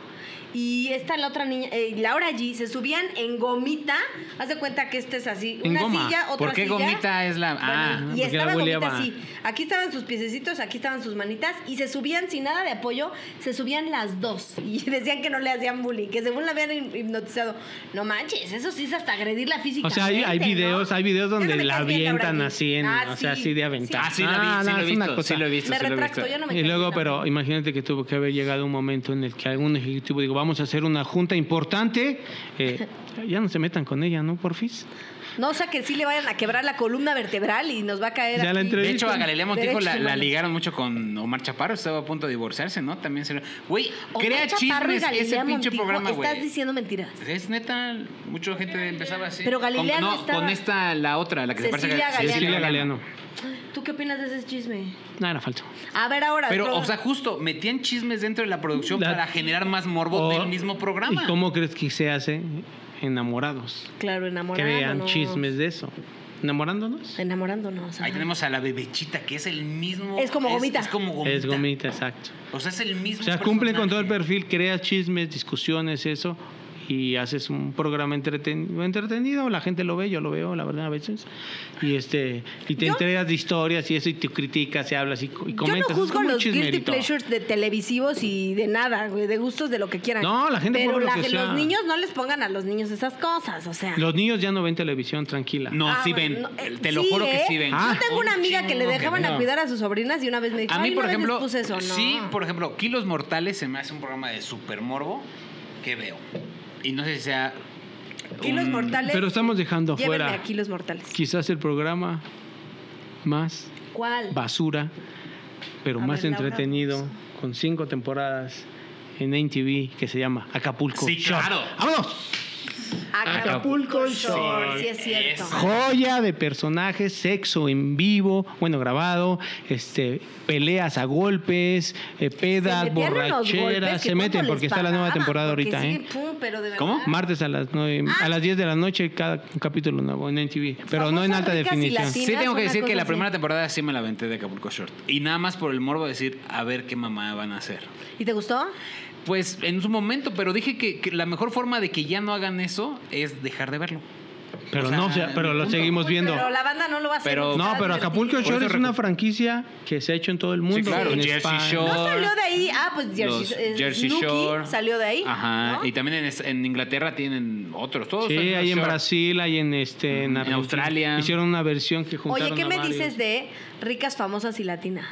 y esta la otra niña, eh, Laura G, se subían en gomita. Haz de cuenta que este es así, En una goma. silla, otra ¿Por qué silla. Gomita es la.? Ah, Bueno, y porque la estaba abuela gomita va. así. Aquí estaban sus piececitos, aquí estaban sus manitas y se subían sin nada de apoyo, se subían las dos y decían que no le hacían bullying, que según la habían hip- hipnotizado. No manches, eso sí es hasta agredirla O físicamente. sea, hay, hay ¿no? videos, hay videos Ya no donde me la caes bien, Laura avientan G. así, en, Ah, o sea, sí. así de aventar. Ah, sí, la vi, No, sí, no, lo he es una visto, sí cosa. lo he visto, Me sí lo he retracto, visto. yo no me Y caes luego, bien, pero imagínate que tuvo que haber llegado un momento en el que algún ejecutivo digo, vamos a hacer una junta importante. eh, ya no se metan con ella, ¿no, porfis? No, o sea, que sí le vayan a quebrar la columna vertebral y nos va a caer. Ya la aquí. De entrevista. hecho, a Galilea Montijo Derechos la, la humanos. ligaron mucho con Omar Chaparro, estaba a punto de divorciarse, ¿no? También se. Güey, Omar crea Chaparro y chismes ese Galilea pinche Montijo, programa, güey. Estás diciendo mentiras. Es neta, mucha gente empezaba así. Pero Galilea con, no estaba- con esta, la otra, la que se parece Cecilia a Gal- Galeano. Cecilia Galeano. ¿Tú qué opinas de ese chisme? No, era falso. A ver ahora. Pero, otro- o sea, justo, metían chismes dentro de la producción La- para generar más morbo O- del mismo programa. ¿Y cómo crees que se hace enamorados? claro, enamorándonos. Crean chismes de eso. ¿Enamorándonos? Enamorándonos. Ahí ajá. tenemos a la bebechita, que es el mismo... Es como gomita. Es, como gomita. Es gomita, exacto. O sea, es el mismo O sea, cumple con todo el personaje. perfil, crea chismes, discusiones, eso. y haces un programa entreten- entretenido, la gente lo ve, yo lo veo, la verdad, a veces, y este y te Yo- entregas de historias y eso, y tú criticas y hablas y, co- y Yo no comentas. es juzgo como un los guilty chismerito. pleasures de televisivos y de nada, güey, de gustos de lo que quieran. No, la gente Pero come lo que sea. los niños no les pongan a los niños esas cosas, o sea. Los niños ya no ven televisión, tranquila. No, Ah, sí bueno, ven. no, eh, Te lo juro que ¿eh? sí ven. Ah. Yo tengo una amiga que le Un chingo dejaban ven. a cuidar a sus sobrinas y una vez me dijo, A mí, "Ay, por una vez les ejemplo, puse eso, ¿no? sí, por ejemplo, Kilos Mortales se me hace un programa de super morbo que veo. Y no sé si sea. Kilos un- mortales. Pero estamos dejando Llévenme afuera a kilos mortales. quizás el programa más ¿Cuál? basura, pero A más ver, Laura, entretenido, con cinco temporadas en NTV que se llama Acapulco. Sí, Shore. claro. Ah, ¡Vámonos! Acapulco Shore, sí es cierto. eso. Joya de personajes, sexo en vivo, bueno, grabado, este, peleas a golpes, eh, pedas, metían unos borracheras, golpes que se meten cuánto porque les está la nueva pagaban, temporada porque Ah. ahorita, sí, ¿eh? pum, pero de verdad. ¿Cómo? Martes a las nueve, a las 10 de la noche cada capítulo nuevo en NTV, pero no en Famosas, alta ricas y definición. latinas. Sí, tengo que una decir que cosa la así. primera temporada sí me la aventé de Acapulco Short. Y nada más por el morbo de decir, a ver qué mamá van a hacer. ¿Y te gustó? Pues en su momento, pero dije que, que la mejor forma de que ya no hagan eso es dejar de verlo. Pero O sea, no, o sea, pero lo punto. seguimos viendo. Pues Pero la banda no lo va a hacer. Pero- porque No, está pero Acapulco divertido. Shore Por es eso una recu- franquicia que se ha hecho en todo el mundo. claro, en Jersey España. Shore. No salió de ahí. Ah, pues Jersey, Los eh, Jersey Snooki Shore. salió de ahí. Ajá. ¿no? Y también en, es- en Inglaterra tienen otros. Todos Sí, son los hay en Short. Brasil, hay en este Mm, en Argentina. Australia. Hicieron una versión que juntaron Oye, ¿qué a me varios. dices de ricas, famosas y latinas?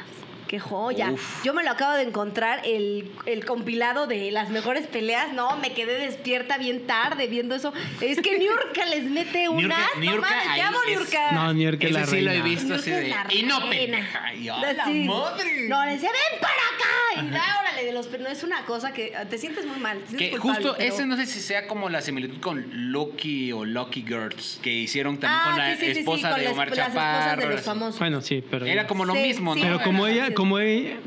¡Qué joya! Uf. Yo me lo acabo de encontrar, el, el compilado de las mejores peleas. No, me quedé despierta bien tarde viendo eso. Es que Niurka les mete Niurka- unas. Niurka no mames, ahí te amo, es- Niurka. No, ni el que Ese la sí lo he reina. visto así Niurka es de. la Y no, reina". pendeja. Y, ¡ah, la Así. madre! No, le decía, ven para acá. Y da, órale, de los pe- No, es una cosa que ah, te sientes muy mal. te sientes Que culpable, justo pero- ese no sé si sea como la similitud con Loki o Lucky Girls que hicieron también Ah, con la sí, sí, sí, sí, esposa con de las- Omar las esposas de Chaparro. los las- famosos. Bueno, sí, pero. Era como lo Sí, mismo, sí, ¿no? Pero como Bueno, ella, sí. como ella.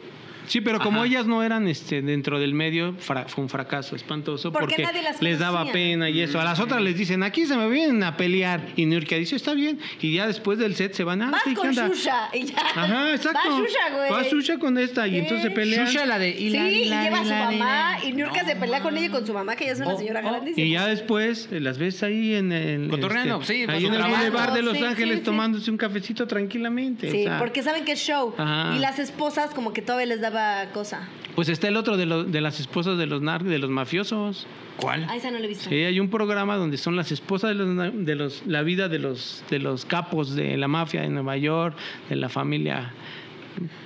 Sí, pero como Ajá. ellas no eran este dentro del medio, fra- fue un fracaso espantoso Porque porque, nadie las les daba conocía. pena y eso. A las Mm. otras les dicen, aquí se me vienen a pelear. Y Nurka dice, está bien. Y ya después del set se van "Ah, a... Vas con Shusha y ya. Ajá, exacto. Va Shusha, güey. Eh. Va Shusha con esta y ¿Qué? entonces se pelean. Shusha, la de. Y la- sí, y la- y lleva a y su la- y la- mamá y Nurka se pelea con ella y con su mamá, que ya es una Oh, señora oh, grandísima. Y ya después eh, las ves ahí en el. Cotorreando, sí, con ahí su en el trabajo. Boulevard de Los Sí, Ángeles sí, sí. tomándose un cafecito tranquilamente. o Sí, sea. porque saben que es show. Ajá. Y las esposas como que todavía les daba cosa. Pues está el otro de, lo- de las esposas de los nar- de los mafiosos. ¿Cuál? Ah, esa no la he visto. Sí, hay un programa donde son las esposas de los, na- de los- la vida de los de los capos de la mafia de Nueva York, de la familia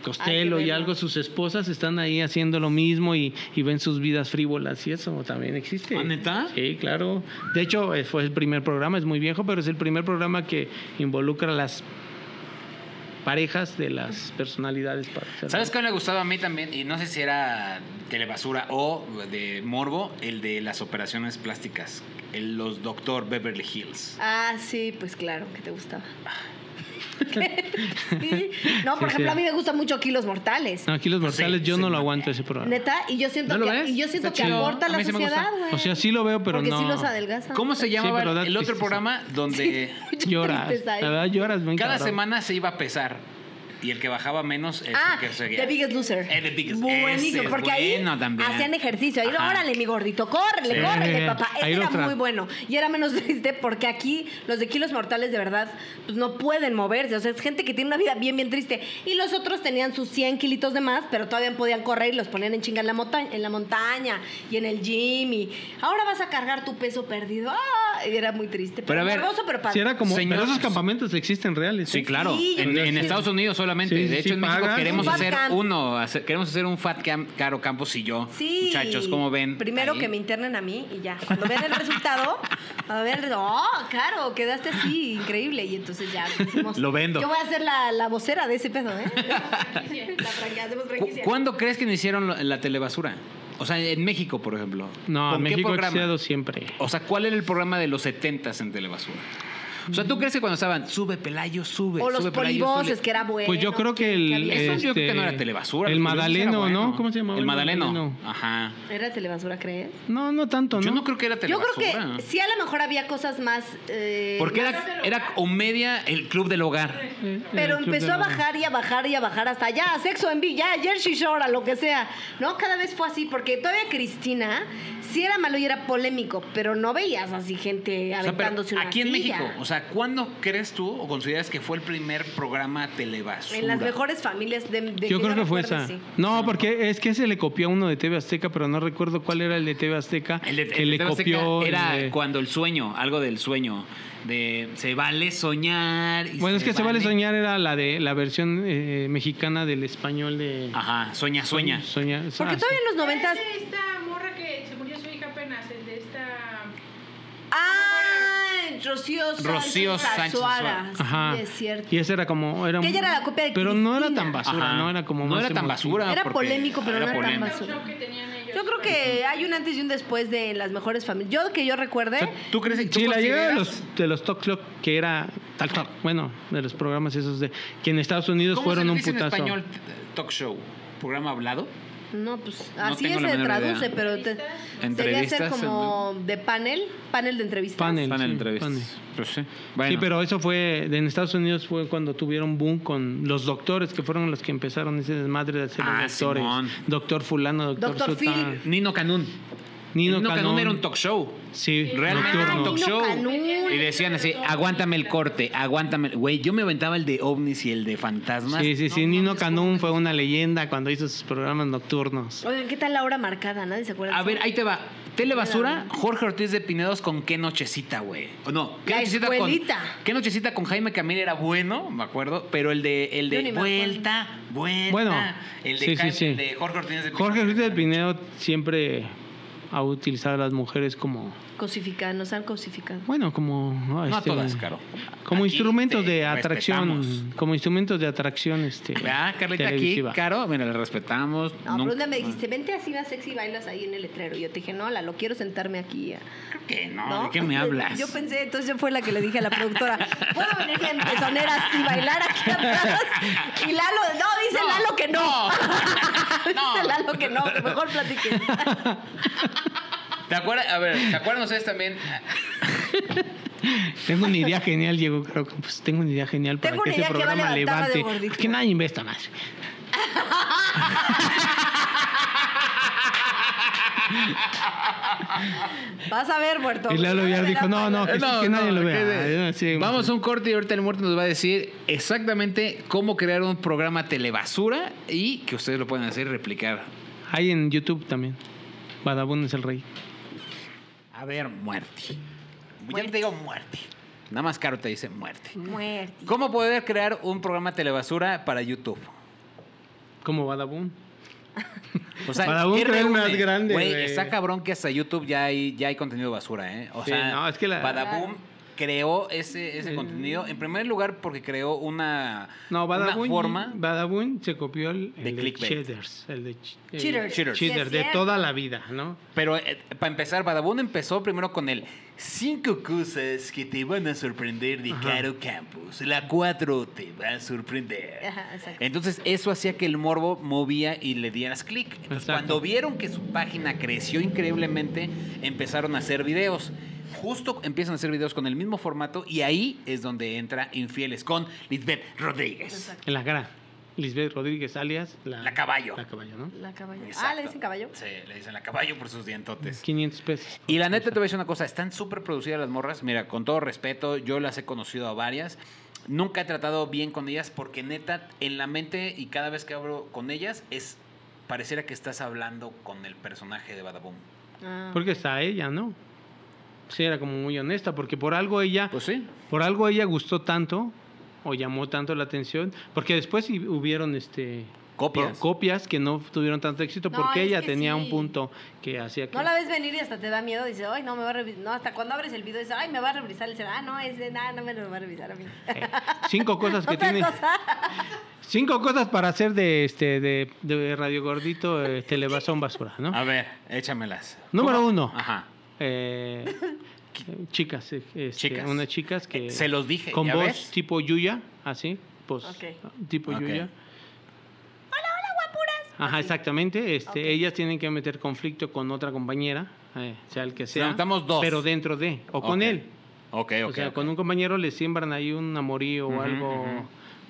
Costello Hay que y verlo. algo. Sus esposas están ahí haciendo lo mismo y, y ven sus vidas frívolas y eso también existe. ¿Ah, neta? Sí, claro. De hecho, eh, fue el primer programa, es muy viejo, pero es el primer programa que involucra a las parejas de las personalidades. para hacer- ¿Sabes qué me ha gustado a mí también? Y no sé si era telebasura o de morbo, el de las operaciones plásticas. El- los Doctor Beverly Hills. Ah, sí, pues claro, que te gustaba. Sí. No, por Sí, ejemplo, sí. a mí me gustan mucho Kilos Mortales. No, aquí los mortales Sí, yo sí, no lo no. aguanto ese programa. Neta, y yo siento Ah, ¿No lo que, ves? y yo siento Está que chido. aporta a A la mí sí me gusta. sociedad, güey. O sea, sí lo veo, pero Porque no. sí los adelgaza. ¿Cómo se llamaba pero da el otro tristeza. programa donde Lloras. tristeza, ¿eh? La verdad, lloras. bien cada cabrón. semana se iba a pesar? Y el que bajaba menos es Ah, el que seguía. The Biggest Loser. Eh, The Biggest- ese Buenísimo, es porque ahí bueno también. hacían ejercicio. Ahí, Ajá. órale, mi gordito, córrele, Sí. córrele, papá. Ese Ahí lo era tra- muy bueno. Y era menos triste porque aquí los de kilos mortales, de verdad, pues no pueden moverse. O sea, es gente que tiene una vida bien, bien triste. Y los otros tenían sus 100 kilitos de más, pero todavía podían correr y los ponían en chinga en la, monta- en la montaña y en el gym. Y ahora vas a cargar tu peso perdido. Ah, y era muy triste. Pero a ver, morboso, pero padre. Sí, era como. Señor- Pero esos campamentos existen reales. Sí, ¿eh? claro. Sí, yo en, creo que en sí. Estados Unidos solamente. Sí, de hecho, sí en México pagan. queremos Un fat hacer camp. uno. hacer- queremos hacer un Fat Camp Caro Campo y yo. Sí. Muchachos, ¿cómo ven? Primero Ahí. que me internen a mí y ya. Cuando vean el resultado, a ver, oh, claro, quedaste así, increíble. Y entonces ya decimos, Lo vendo. Yo voy a ser la, la vocera de ese pedo, ¿eh? La franquicia, hacemos ¿Cu- franquicia. ¿Cuándo crees que no hicieron lo- la telebasura? O sea, en México, por ejemplo. No, ¿Con qué México ha programa? existido siempre. O sea, ¿cuál era el programa de los 70 en telebasura? O sea, ¿tú crees que cuando estaban, sube Pelayo, sube? O los sube, Pelayo, polivoces, sube"? que era bueno. Pues yo creo que el. había- Eso este, yo creo que no era telebasura. El los polivoces era Madaleno, bueno. ¿no? ¿Cómo se llamaba? El Madaleno. Ajá. ¿Era telebasura, crees? No, no tanto, ¿no? Yo no creo que era Yo telebasura. creo que sí, a lo mejor había cosas más. eh, Porque más- era, era comedia El Club del Hogar. Eh, Pero el Club de empezó a la- bajar y a bajar y a bajar hasta ya, sexo en vi, ya, Jersey Shore, a lo que sea. No, cada vez fue así, porque todavía Cristina sí era malo y era polémico, pero no veías así gente O sea, pero aventándose una aquí en silla. México, o sea, ¿cuándo crees tú o consideras que fue el primer programa telebasura? En las mejores familias de, de Yo que creo que fue recuerde, esa. sí. No, porque es que se le copió a uno de TV Azteca, pero no recuerdo cuál era el de TV Azteca. El de- el que de le TV Azteca copió. el era de- cuando el sueño, algo del sueño, de se vale soñar. y Bueno, es que se vale vale- soñar era la de la versión eh, mexicana del español de. Ajá, sueña, Ah, sueña. Soña- Porque ah, todavía en los noventas. Eh. Es de esta morra que se murió su hija apenas, el de esta... Ah, Rocío Sánchez. Rocío Sánchez Azuara. Azuara. Sí, Ajá. es cierto. Y esa era como. Era, Que ella era la copia de Pero no era Cristina. tan basura, Ajá. no era como. No más era tan emotivo. basura. Era porque polémico, pero no era tan polémico. basura. show que tenían ellos. Yo creo que hay un antes y un después de las mejores familias. Yo que yo recuerde. O sea, ¿Tú crees que tú Sí, la llegada de consideras- los, de los Talk Show, que era tal tal, bueno, de los programas esos de que en Estados Unidos ¿Cómo fueron se le un dice en putazo. español eh, talk show? ¿Programa hablado? No, pues No así tengo la se menor traduce, idea. pero te- sería Entrevistas, ser como de panel, panel de entrevistas. Panel. Están en sí, entrevistas. panel. Pues sí. Sí, pero eso fue en Estados Unidos fue cuando tuvieron boom con los doctores que fueron los que empezaron ese desmadre de hacer Ah, los doctores. Simón. Doctor fulano, doctor, Doctor Phil. sutano. Nino Canún. Nino, Nino Canún Canón. era un talk show. Sí, Realmente era un nocturno. talk Nino show. Ah, Canún. Y decían así, aguántame el corte, aguántame. el-". Güey, yo me aventaba el de ovnis y el de fantasmas. Sí, sí, sí. No, Nino mames, Canún fue una leyenda cuando hizo sus programas nocturnos. Oigan, ¿qué tal la hora marcada? Nadie se acuerda. A ver, ahí te va. Telebasura, Jorge Ortiz de Pinedos con qué nochecita, güey. O no, qué La nochecita escuelita. con. Qué nochecita con Jaime Camil era bueno, me acuerdo, pero el de el Yo de ni me acuerdo. vuelta, vuelta. Bueno, el de, sí, sí, Jaime- sí. el de Jorge Ortiz de Jorge Pinedos. Luis del Pinedo siempre ha utilizado a las mujeres como, Cosificar, nos han cosificado. bueno, como... ah, No a este, todas, Caro. Como Aquí instrumentos te de atracción. respetamos. Como instrumentos de atracción este, Ah, Carlita, aquí, televisiva. Caro, mira, le respetamos. No, Nunca- pero una me dijiste, vente así más sexy y bailas ahí en el letrero. Y yo te dije, no, la lo quiero sentarme aquí. ah". ¿Qué? No, ¿No? ¿de qué me hablas? Yo pensé, entonces yo fue la que le dije a la productora, ¿puedo venir en pezoneras y bailar aquí atrás? Y Lalo, no, dice No, Lalo Ah, que no. no. No. dice Lalo que no, que mejor platiquen. ¿Te acuerdas? A ver, ¿te acuerdan ustedes también? Tengo una idea genial, Diego. Creo que pues, tengo una idea genial para Tengo que una este idea que va a programa levantar la de levante. gordito. Es que nadie investa más. Vas a ver, muerto. Y Lalo ya dijo, no, no, que, No, que nadie no, lo que vea. de- Sí, Vamos a un corte y ahorita el muerto nos va a decir exactamente cómo crear un programa telebasura y que ustedes lo pueden hacer y replicar. Hay en YouTube también. Badabun es el rey. A ver, muerte. Yo te digo muerte. Nada más caro te dice muerte. Muerte. ¿Cómo poder crear un programa telebasura para YouTube? Como Badabun. O sea, Para un ¿qué tren reúne? más grande, Güey, güey. está cabrón que hasta YouTube ya hay, ya hay contenido basura, ¿eh? O Sí, sea, no, es que la- Badaboom creó ese, ese Eh. contenido. En primer lugar, porque creó una, No, una Badabun, forma. Badabun se copió el, el De de clickbait. Cheddars. El de ch- el Cheaters. Cheaters. Sí, es Cheddar, de cierto. toda la vida, ¿no? Pero eh, para empezar, Badabun empezó primero con el cinco cosas que te van a sorprender de Caro Campos. La cuatro te va a sorprender. Ajá, exacto. Entonces eso hacía que el morbo movía y le dieras clic. Entonces, Exacto. Cuando vieron que su página creció increíblemente, empezaron a hacer videos. Justo empiezan a hacer videos con el mismo formato y ahí es donde entra Infieles con Lisbeth Rodríguez. En la cara. Lisbeth Rodríguez, alias... La caballo. La caballo, ¿no? La caballo. Exacto. Ah, le dicen caballo. Sí, le dicen la caballo por sus dientotes. 500 pesos. Y la neta te voy a decir una cosa, están súper producidas las morras. Mira, con todo respeto, yo las he conocido a varias. Nunca he tratado bien con ellas porque neta, en la mente y cada vez que hablo con ellas es pareciera que estás hablando con el personaje de Badaboom. Ah. Porque está ella, ¿no? Sí, era como muy honesta, porque por algo ella... Pues sí. Por algo ella gustó tanto o llamó tanto la atención, porque después sí hubieron este Copias. pro- copias que no tuvieron tanto éxito No, porque es ella que tenía sí. un punto que hacía que No la ves venir y hasta te da miedo. Dices, ay, no me va a revisar. No, hasta cuando abres el video dices, ay, me va a revisar. Dices, ah, no, es de nada, no me lo va a revisar a mí. eh, cinco cosas que Otra tiene cosa. cinco cosas para hacer de este de, de Radio Gordito eh, Ah. Televasón basura, ¿no? A ver, échamelas. Número ¿Cómo? uno. Ajá. Eh, chicas, eh, este, Chicas. unas chicas que Eh, se los dije, con ¿ya voz ves? tipo Yuya, así, pues Ok. tipo Ok. Yuya. Hola, hola guapuras. Ajá, exactamente. Este, ellas tienen que meter conflicto con otra compañera, eh, sea el que sea. necesitamos dos. Pero dentro de o con Ok. él. Ok, ok. o sea, ok. con un compañero le siembran ahí un amorío Ujú, o algo. ujú.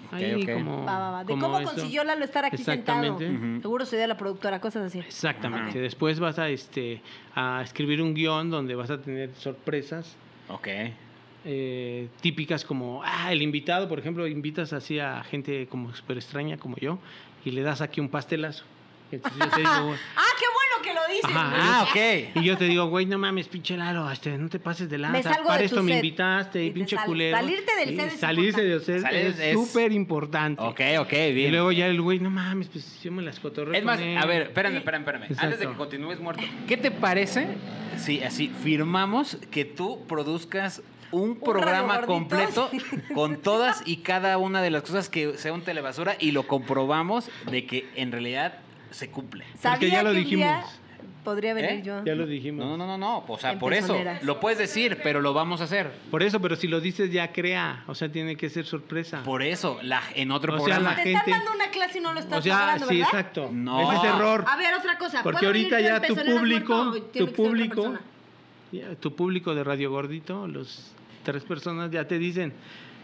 Ok, Ahí ok. como. Va, va, va. De como cómo eso. consiguió Lalo estar aquí sentado. Exactamente. Ujú. Seguro sería la productora, cosas así. Exactamente. Ajá. Después vas a, este, a escribir un guión donde vas a tener sorpresas Ok. eh, típicas como, ah, el invitado, por ejemplo, invitas así a gente como súper extraña como yo y le das aquí un pastelazo. Entonces yo te digo, ¡Ah, qué bueno que lo dices! Ajá. güey! Ah, ok. y yo te digo, güey, no mames, pinche Lalo, este, no te pases de lanza. Me salgo Para de tu esto me set. invitaste y, Y te pinche sales. culero. Salirte del Y set es Salirse del set Salir es es- súper importante. Ok, ok, bien. Y luego ya el güey, no mames, pues yo me las cotorreo Es más, con él". a ver, espérame, espérame, espérame. Antes de Exacto. que continúes muerto, ¿qué te parece si así firmamos que tú produzcas un programa radio completo gordito. con todas y cada una de las cosas que sea un telebasura y lo comprobamos de que en realidad se cumple? Sabía ya lo que un día dijimos. podría venir ¿Eh? yo. Ya lo dijimos. No, no, no, no, o sea, En por eso personeras. lo puedes decir, pero lo vamos a hacer. Por eso, pero si lo dices ya crea, o sea, tiene que ser sorpresa. Por eso, la, en otro O sea, programa. la Te gente- están dando una clase y no lo estás o sea, logrando, sí, ¿verdad? exacto. No. Ese es error. A ver, otra cosa. Porque ¿puedo venir ahorita yo ya en tu pezoneras público, muerto o tiene tu que ser otra público, persona? ya, tu público de Radio Gordito, los tres personas ya te dicen,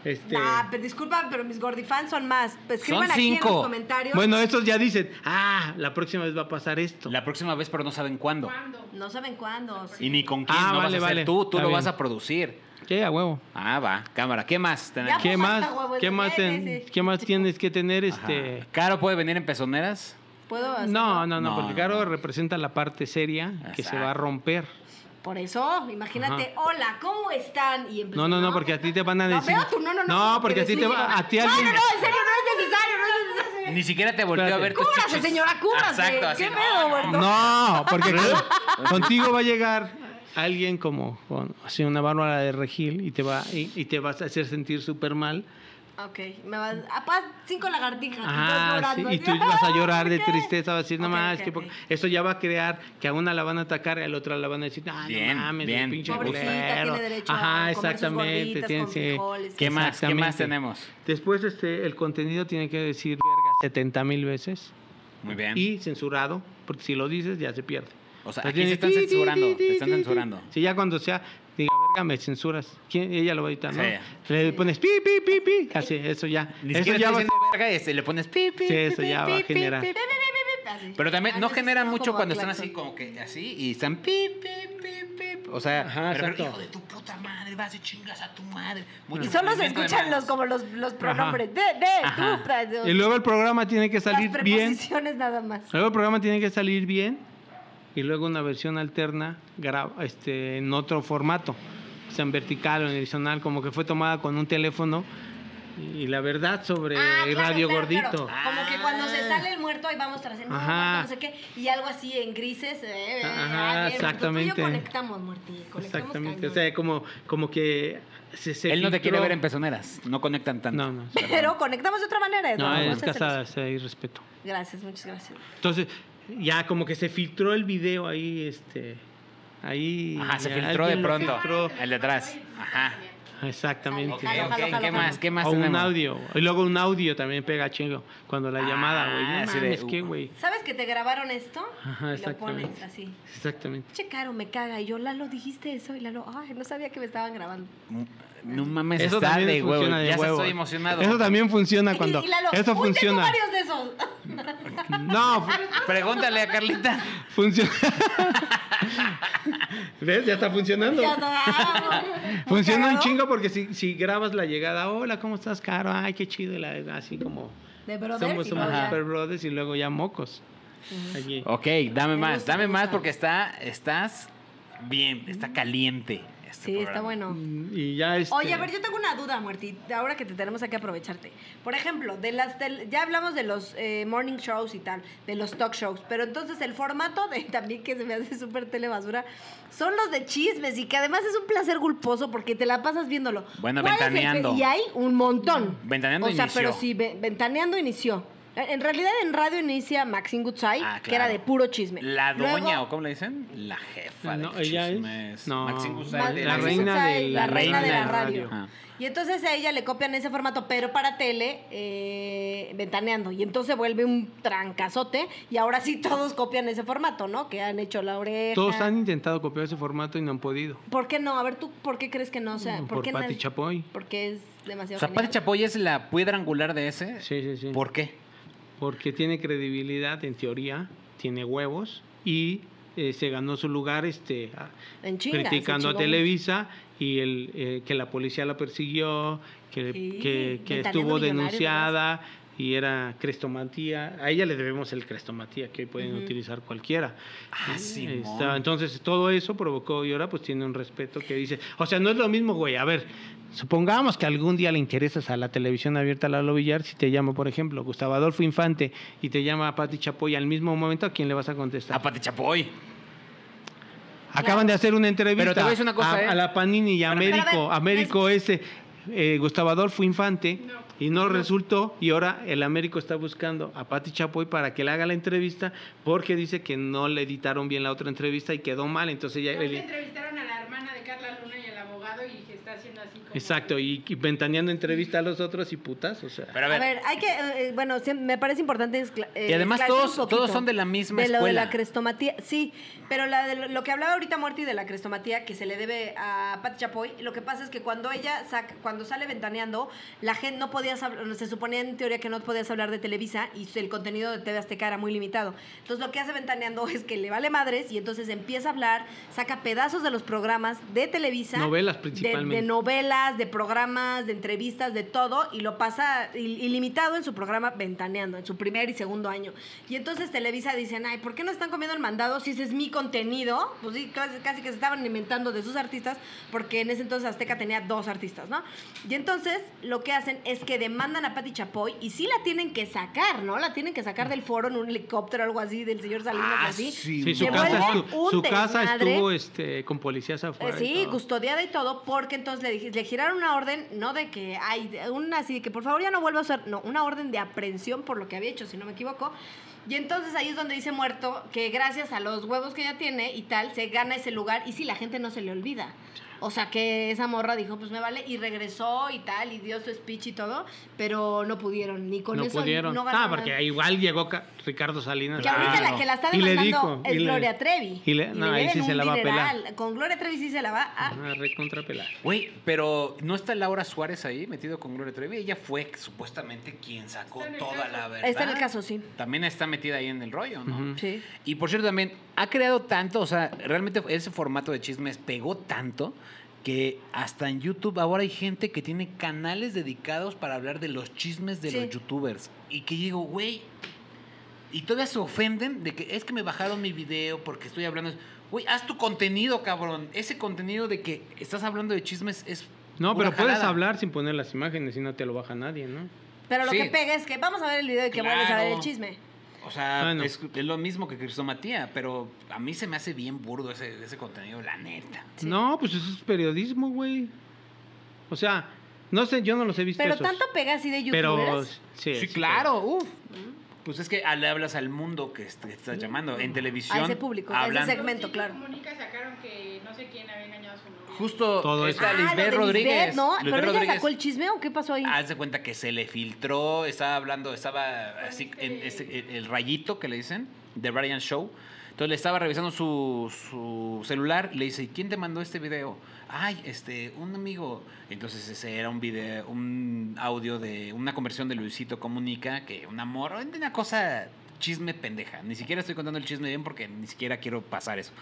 este, Nah, pero Ah, disculpa, pero mis gordifans son más. Pues Escriban Son aquí en los cinco. comentarios. bueno, estos ya dicen, ah, la próxima vez va a pasar esto. La próxima vez, pero no saben cuándo. ¿Cuándo? No saben cuándo. sí. Y ni con quién Ah, no vale, vas a hacer vale. tú, tú Está lo bien. vas a producir. ¿Qué? A huevo. Ah, va, cámara. ¿Qué más? Ten Ya, aquí? ¿Qué pues, más? hasta huevo, este. ¿Qué ese, más, ten- ese. ¿Qué más tienes que tener, este? Ajá. ¿Caro puede venir en pezoneras? ¿Puedo hacerlo? No, no, no, No, porque no, Caro no. representa la parte seria que se va a Exacto. romper. Por eso, imagínate, hola, ¿cómo están? Y empezó, No, no, no, porque a ti te van a No, decir. veo tu no, no, no. No, porque a ti te va, a ti No, alguien. no, no, en serio, no es necesario, no es necesario. Ni siquiera te volteó a Espérate. ver tus Cúbrase, chichis. señora, cúbrase. Exacto, así. ¿Qué no, pedo, no, güerto? No, porque con- contigo va a llegar alguien como con- así una bárbara de regil y te va y, y te vas a hacer sentir súper mal. Ok, me vas. Apás, cinco lagartijas. Ah, estás sí, llorando. y tú vas a llorar de ¿Por qué? tristeza, vas a decir, no Ok, más, ok, que por-". ok. Eso ya va a crear que a una la van a atacar y a la otra la van a decir, ah, Bien, no mames, bien, pinche me gusta. culero". Pobrecita, tiene derecho a Ajá, comer sus exactamente. gorditas tiene- con sí. frijoles. ¿Qué más? ¿Qué más Exactamente. tenemos? Después este, el contenido tiene que decir verga 70 mil veces Muy bien. y censurado, porque si lo dices ya se pierde. o sea, Pero aquí tiene- se están ti, ti, censurando. ti, Te ti, están ti, censurando. ti. Sí, ya cuando sea, diga, verga, me censuras. ¿Quién? Ella lo va a editar, ¿no? Sí. Le pones pi, pi, pi, pi. Así, eso ya. Ni eso siquiera ya estás va a diciendo verga y este, le pones pi, pi, Sí, pi, eso pi, ya va a pi, pi, generar. pi, pi. Así. Pero también no Antes generan era mucho como cuando están así claxon. como que así y están pi, pi, pi, pi. O sea, Ajá, pero, exacto. hijo de tu puta madre, vas y chingas a tu madre. Mucho Y solo se movimiento de escuchan los, manos. como los, los pronombres. De, de, Ajá. tú. pra- de- Y luego el programa tiene que salir las bien. preposiciones nada más. Luego el programa tiene que salir bien y luego una versión alterna gra- este, en otro formato, o sea, en vertical o en horizontal, como que fue tomada con un teléfono y la verdad sobre Ah, claro, Radio claro, Gordito. claro. Como que cuando se sale el muerto, ahí vamos tras el muerto, Ajá. no sé qué, y algo así en grises. eh, eh, Ajá, ah, bien, muerto, tú y yo exactamente. conectamos, Martí, conectamos Exactamente, o cañón. sea, como, como que se, se Él no te quiere filtró. ver en pezoneras. No conectan tanto. No, no. Pero conectamos de otra manera. No, Eduardo, es muchas casada, sí, hay respeto. gracias. Gracias, muchas gracias. Entonces, ya como que se filtró el video ahí, este, ahí. Ajá, se ya filtró de alguien lo pronto. filtró. El de atrás. Ajá. Exactamente. Ok, Jalo, ok. jalo, ¿Qué jalo, más? jalo. ¿Qué más o un tenemos? audio. Y luego un audio también pega chingo. Cuando la Ah, llamada, güey. No así de, mames, uh. ¿qué, güey? ¿Sabes que te grabaron esto? y Ajá, lo pones exactamente. así. Exactamente. Che, Caro, me caga. Y yo, Lalo, dijiste eso. Y Lalo, ay, no sabía que me estaban grabando. No mames, Eso está también de huevo. funciona de Ya huevo. estoy emocionado. Eso también funciona cuando. y Lalo, eso "Uy, tengo funciona. varios de esos. No, fu- Pregúntale a Carlita. funciona. ¿Ves? Ya está funcionando. Ya no, ah, muy Funciona un cagado. chingo porque si, si grabas la llegada, hola, ¿cómo estás, Caro? Ay, qué chido. y la- así como. De brothers somos y somos luego ya. super brothers y luego ya mocos. Aquí. Ok, dame más. gusta, Dame me más gusta. porque está, estás bien. Está caliente. este Sí, está programa. bueno. Y ya este, Oye, a ver, yo tengo una duda, Muerti, ahora que te tenemos hay que aprovecharte. Por ejemplo, de las del- ya hablamos de los eh, morning shows y tal, de los talk shows, pero entonces el formato de también que se me hace súper telebasura son los de chismes y que además es un placer gulposo porque te la pasas viéndolo. Bueno, ¿Cuál es el que- Ventaneando. y hay un montón. Ventaneando O sea, inició. pero sí, ve- Ventaneando inició. En en realidad en radio inicia Maxine Goodside, Ah, que era claro. de puro chisme. La doña, Luego, o ¿cómo le dicen? La jefa No, de ella chismes. es. No, Maxine Ma- Guzmán. la Maxine reina Goodside, de la la, reina de la radio. Ah. Y entonces a ella le copian ese formato, pero para tele, eh, ventaneando. Y entonces vuelve un trancazote y ahora sí todos copian ese formato, ¿no? Que han hecho la oreja. Todos han intentado copiar ese formato y no han podido. ¿Por qué no? A ver, ¿tú por qué crees que no? O sea, ¿por, Por qué Pati nadie- Chapoy. Porque es demasiado O sea, Pati genial? Chapoy es la piedra angular de ese. Sí, sí, sí. ¿Por qué? Porque tiene credibilidad, en teoría, tiene huevos y eh, se ganó su lugar este, a- En chinga, se criticando a chingó mucho. Televisa y el, eh, que la policía la persiguió, que, Sí, que- que ventaneando estuvo millonarios, denunciada y era crestomatía. A ella le debemos el crestomatía que hoy pueden utilizar cualquiera. Ah, Eh, Simón. está- entonces todo eso provocó y ahora pues tiene un respeto que dice, o sea, no es lo mismo, güey, a ver. Supongamos que algún día le interesas a la televisión abierta Lalo Villar, si te llama, por ejemplo, Gustavo Adolfo Infante y te llama Pati Chapoy al mismo momento, ¿a quién le vas a contestar? A Pati Chapoy. Acaban de hacer una entrevista Pero te voy a decir una cosa, a, ¿eh? a la Panini y a Pero, pero, Américo, a ver, Américo ese, eh, Gustavo Adolfo Infante, No. y no, resultó, y ahora el Américo está buscando a Pati Chapoy para que le haga la entrevista, porque dice que no le editaron bien la otra entrevista y quedó mal, entonces ya... Creo el- que entrevistaron a la hermana de Carla Luna y al abogado y que está haciendo así como... exacto, y, y ventaneando entrevista a los otros y putas, o sea... Pero a A ver, ver, hay que, eh, eh, bueno, sí, me parece importante. escla- eh, Y además esclarecer todos- un poquito todos son de la misma de lo de escuela. la crestomatía, sí, pero la de lo, lo que hablaba ahorita Muerti de la crestomatía que se le debe a Pat Chapoy, lo que pasa es que cuando ella saca, cuando sale ventaneando, la gente no podía, se suponía en teoría que no podías hablar de Televisa y el contenido de TV Azteca era muy limitado. Entonces lo que hace ventaneando es que le vale madres y entonces empieza a hablar, saca pedazos de los programas de Televisa, Novelas de- principalmente. de novelas, de programas, de entrevistas, de todo, y lo pasa il- ilimitado en su programa Ventaneando, en su primer y segundo año. Y entonces Televisa dicen, ay, ¿por qué no están comiendo el mandado si ese es mi contenido? Pues sí, casi, casi que se estaban inventando de sus artistas, porque en ese entonces Azteca tenía dos artistas, ¿no? Y entonces lo que hacen es que demandan a Pati Chapoy, y sí la tienen que sacar, ¿no? La tienen que sacar del foro en un helicóptero o algo así, del señor Salinas Ah, así. sí, Sí, su Se casa, vuelve estuvo, un su casa desmadre. estuvo este, con policías Eh, afuera. y sí, todo. custodiada y todo, porque entonces le, dije- le giraron una orden, no de que hay una así, de que por favor ya no vuelva a usar, no, una orden de aprehensión por lo que había hecho, si no me equivoco. Y entonces ahí es donde dice muerto que gracias a los huevos que ella tiene y tal, se gana ese lugar y si la gente no se le olvida. O sea que esa morra dijo, pues me vale, y regresó y tal, y dio su speech y todo, pero no pudieron, ni con no eso pudieron. no ah, ganaron porque nada. igual llegó Ca- Ricardo Salinas. Que ahorita Claro. la que la está Y le demandando dijo, es y le- Gloria Trevi. y le- no, ahí deben sí se un la va a pelar. dineral. Con Gloria Trevi sí se la va a Ah, recontrapelar. Güey, pero ¿no está Laura Suárez ahí metido con Gloria Trevi? Ella fue supuestamente quien sacó Está en el toda caso. la verdad. Está en el caso, sí. También está metida ahí en el rollo, ¿no? Ujú. Sí. Y por cierto, también ha creado tanto, o sea, realmente ese formato de chismes pegó tanto que hasta en YouTube ahora hay gente que tiene canales dedicados para hablar de los chismes de Sí. los youtubers. Y que digo, güey. Y todavía se ofenden de que es que me bajaron mi video porque estoy hablando. Güey, haz tu contenido, cabrón. Ese contenido de que estás hablando de chismes es. No, pura pero puedes jalada. hablar sin poner las imágenes y no te lo baja nadie, ¿no? Pero lo Sí. que pega es que vamos a ver el video y que Claro. vuelves a ver el chisme. O sea, Bueno. es, es lo mismo que Cristomatía, pero a mí se me hace bien burdo ese, ese contenido, la neta. Sí. No, pues eso es periodismo, güey. O sea, no sé, yo no los he visto. Pero esos. tanto pega así de Pero youtubers. Ah, sí, Sí, sí, claro, uf. Pues es que le hablas al mundo que est- que estás llamando en televisión. A ese público, a ese hablando. Los segmento, chicos claro. Comunica sacaron que no sé quién había engañado a su novia. Justo Todo esta Ah, eso. lo de Lisbeth Lisbeth, Rodríguez. ¿no? Lisbeth ¿Pero ella Rodríguez, Ah, sacó el chisme o qué pasó ahí? Haz de cuenta que se le filtró, estaba hablando, estaba así, en ese- el- el rayito que le dicen, de Brian Show. Entonces le estaba revisando su, su celular y le dice, "¿Y ¿quién te mandó este video? Ay, este, un amigo. Entonces ese era un video, un audio de una conversión de Luisito Comunica, que un amor, una cosa chisme pendeja. Ni siquiera estoy contando el chisme bien porque ni siquiera quiero pasar eso.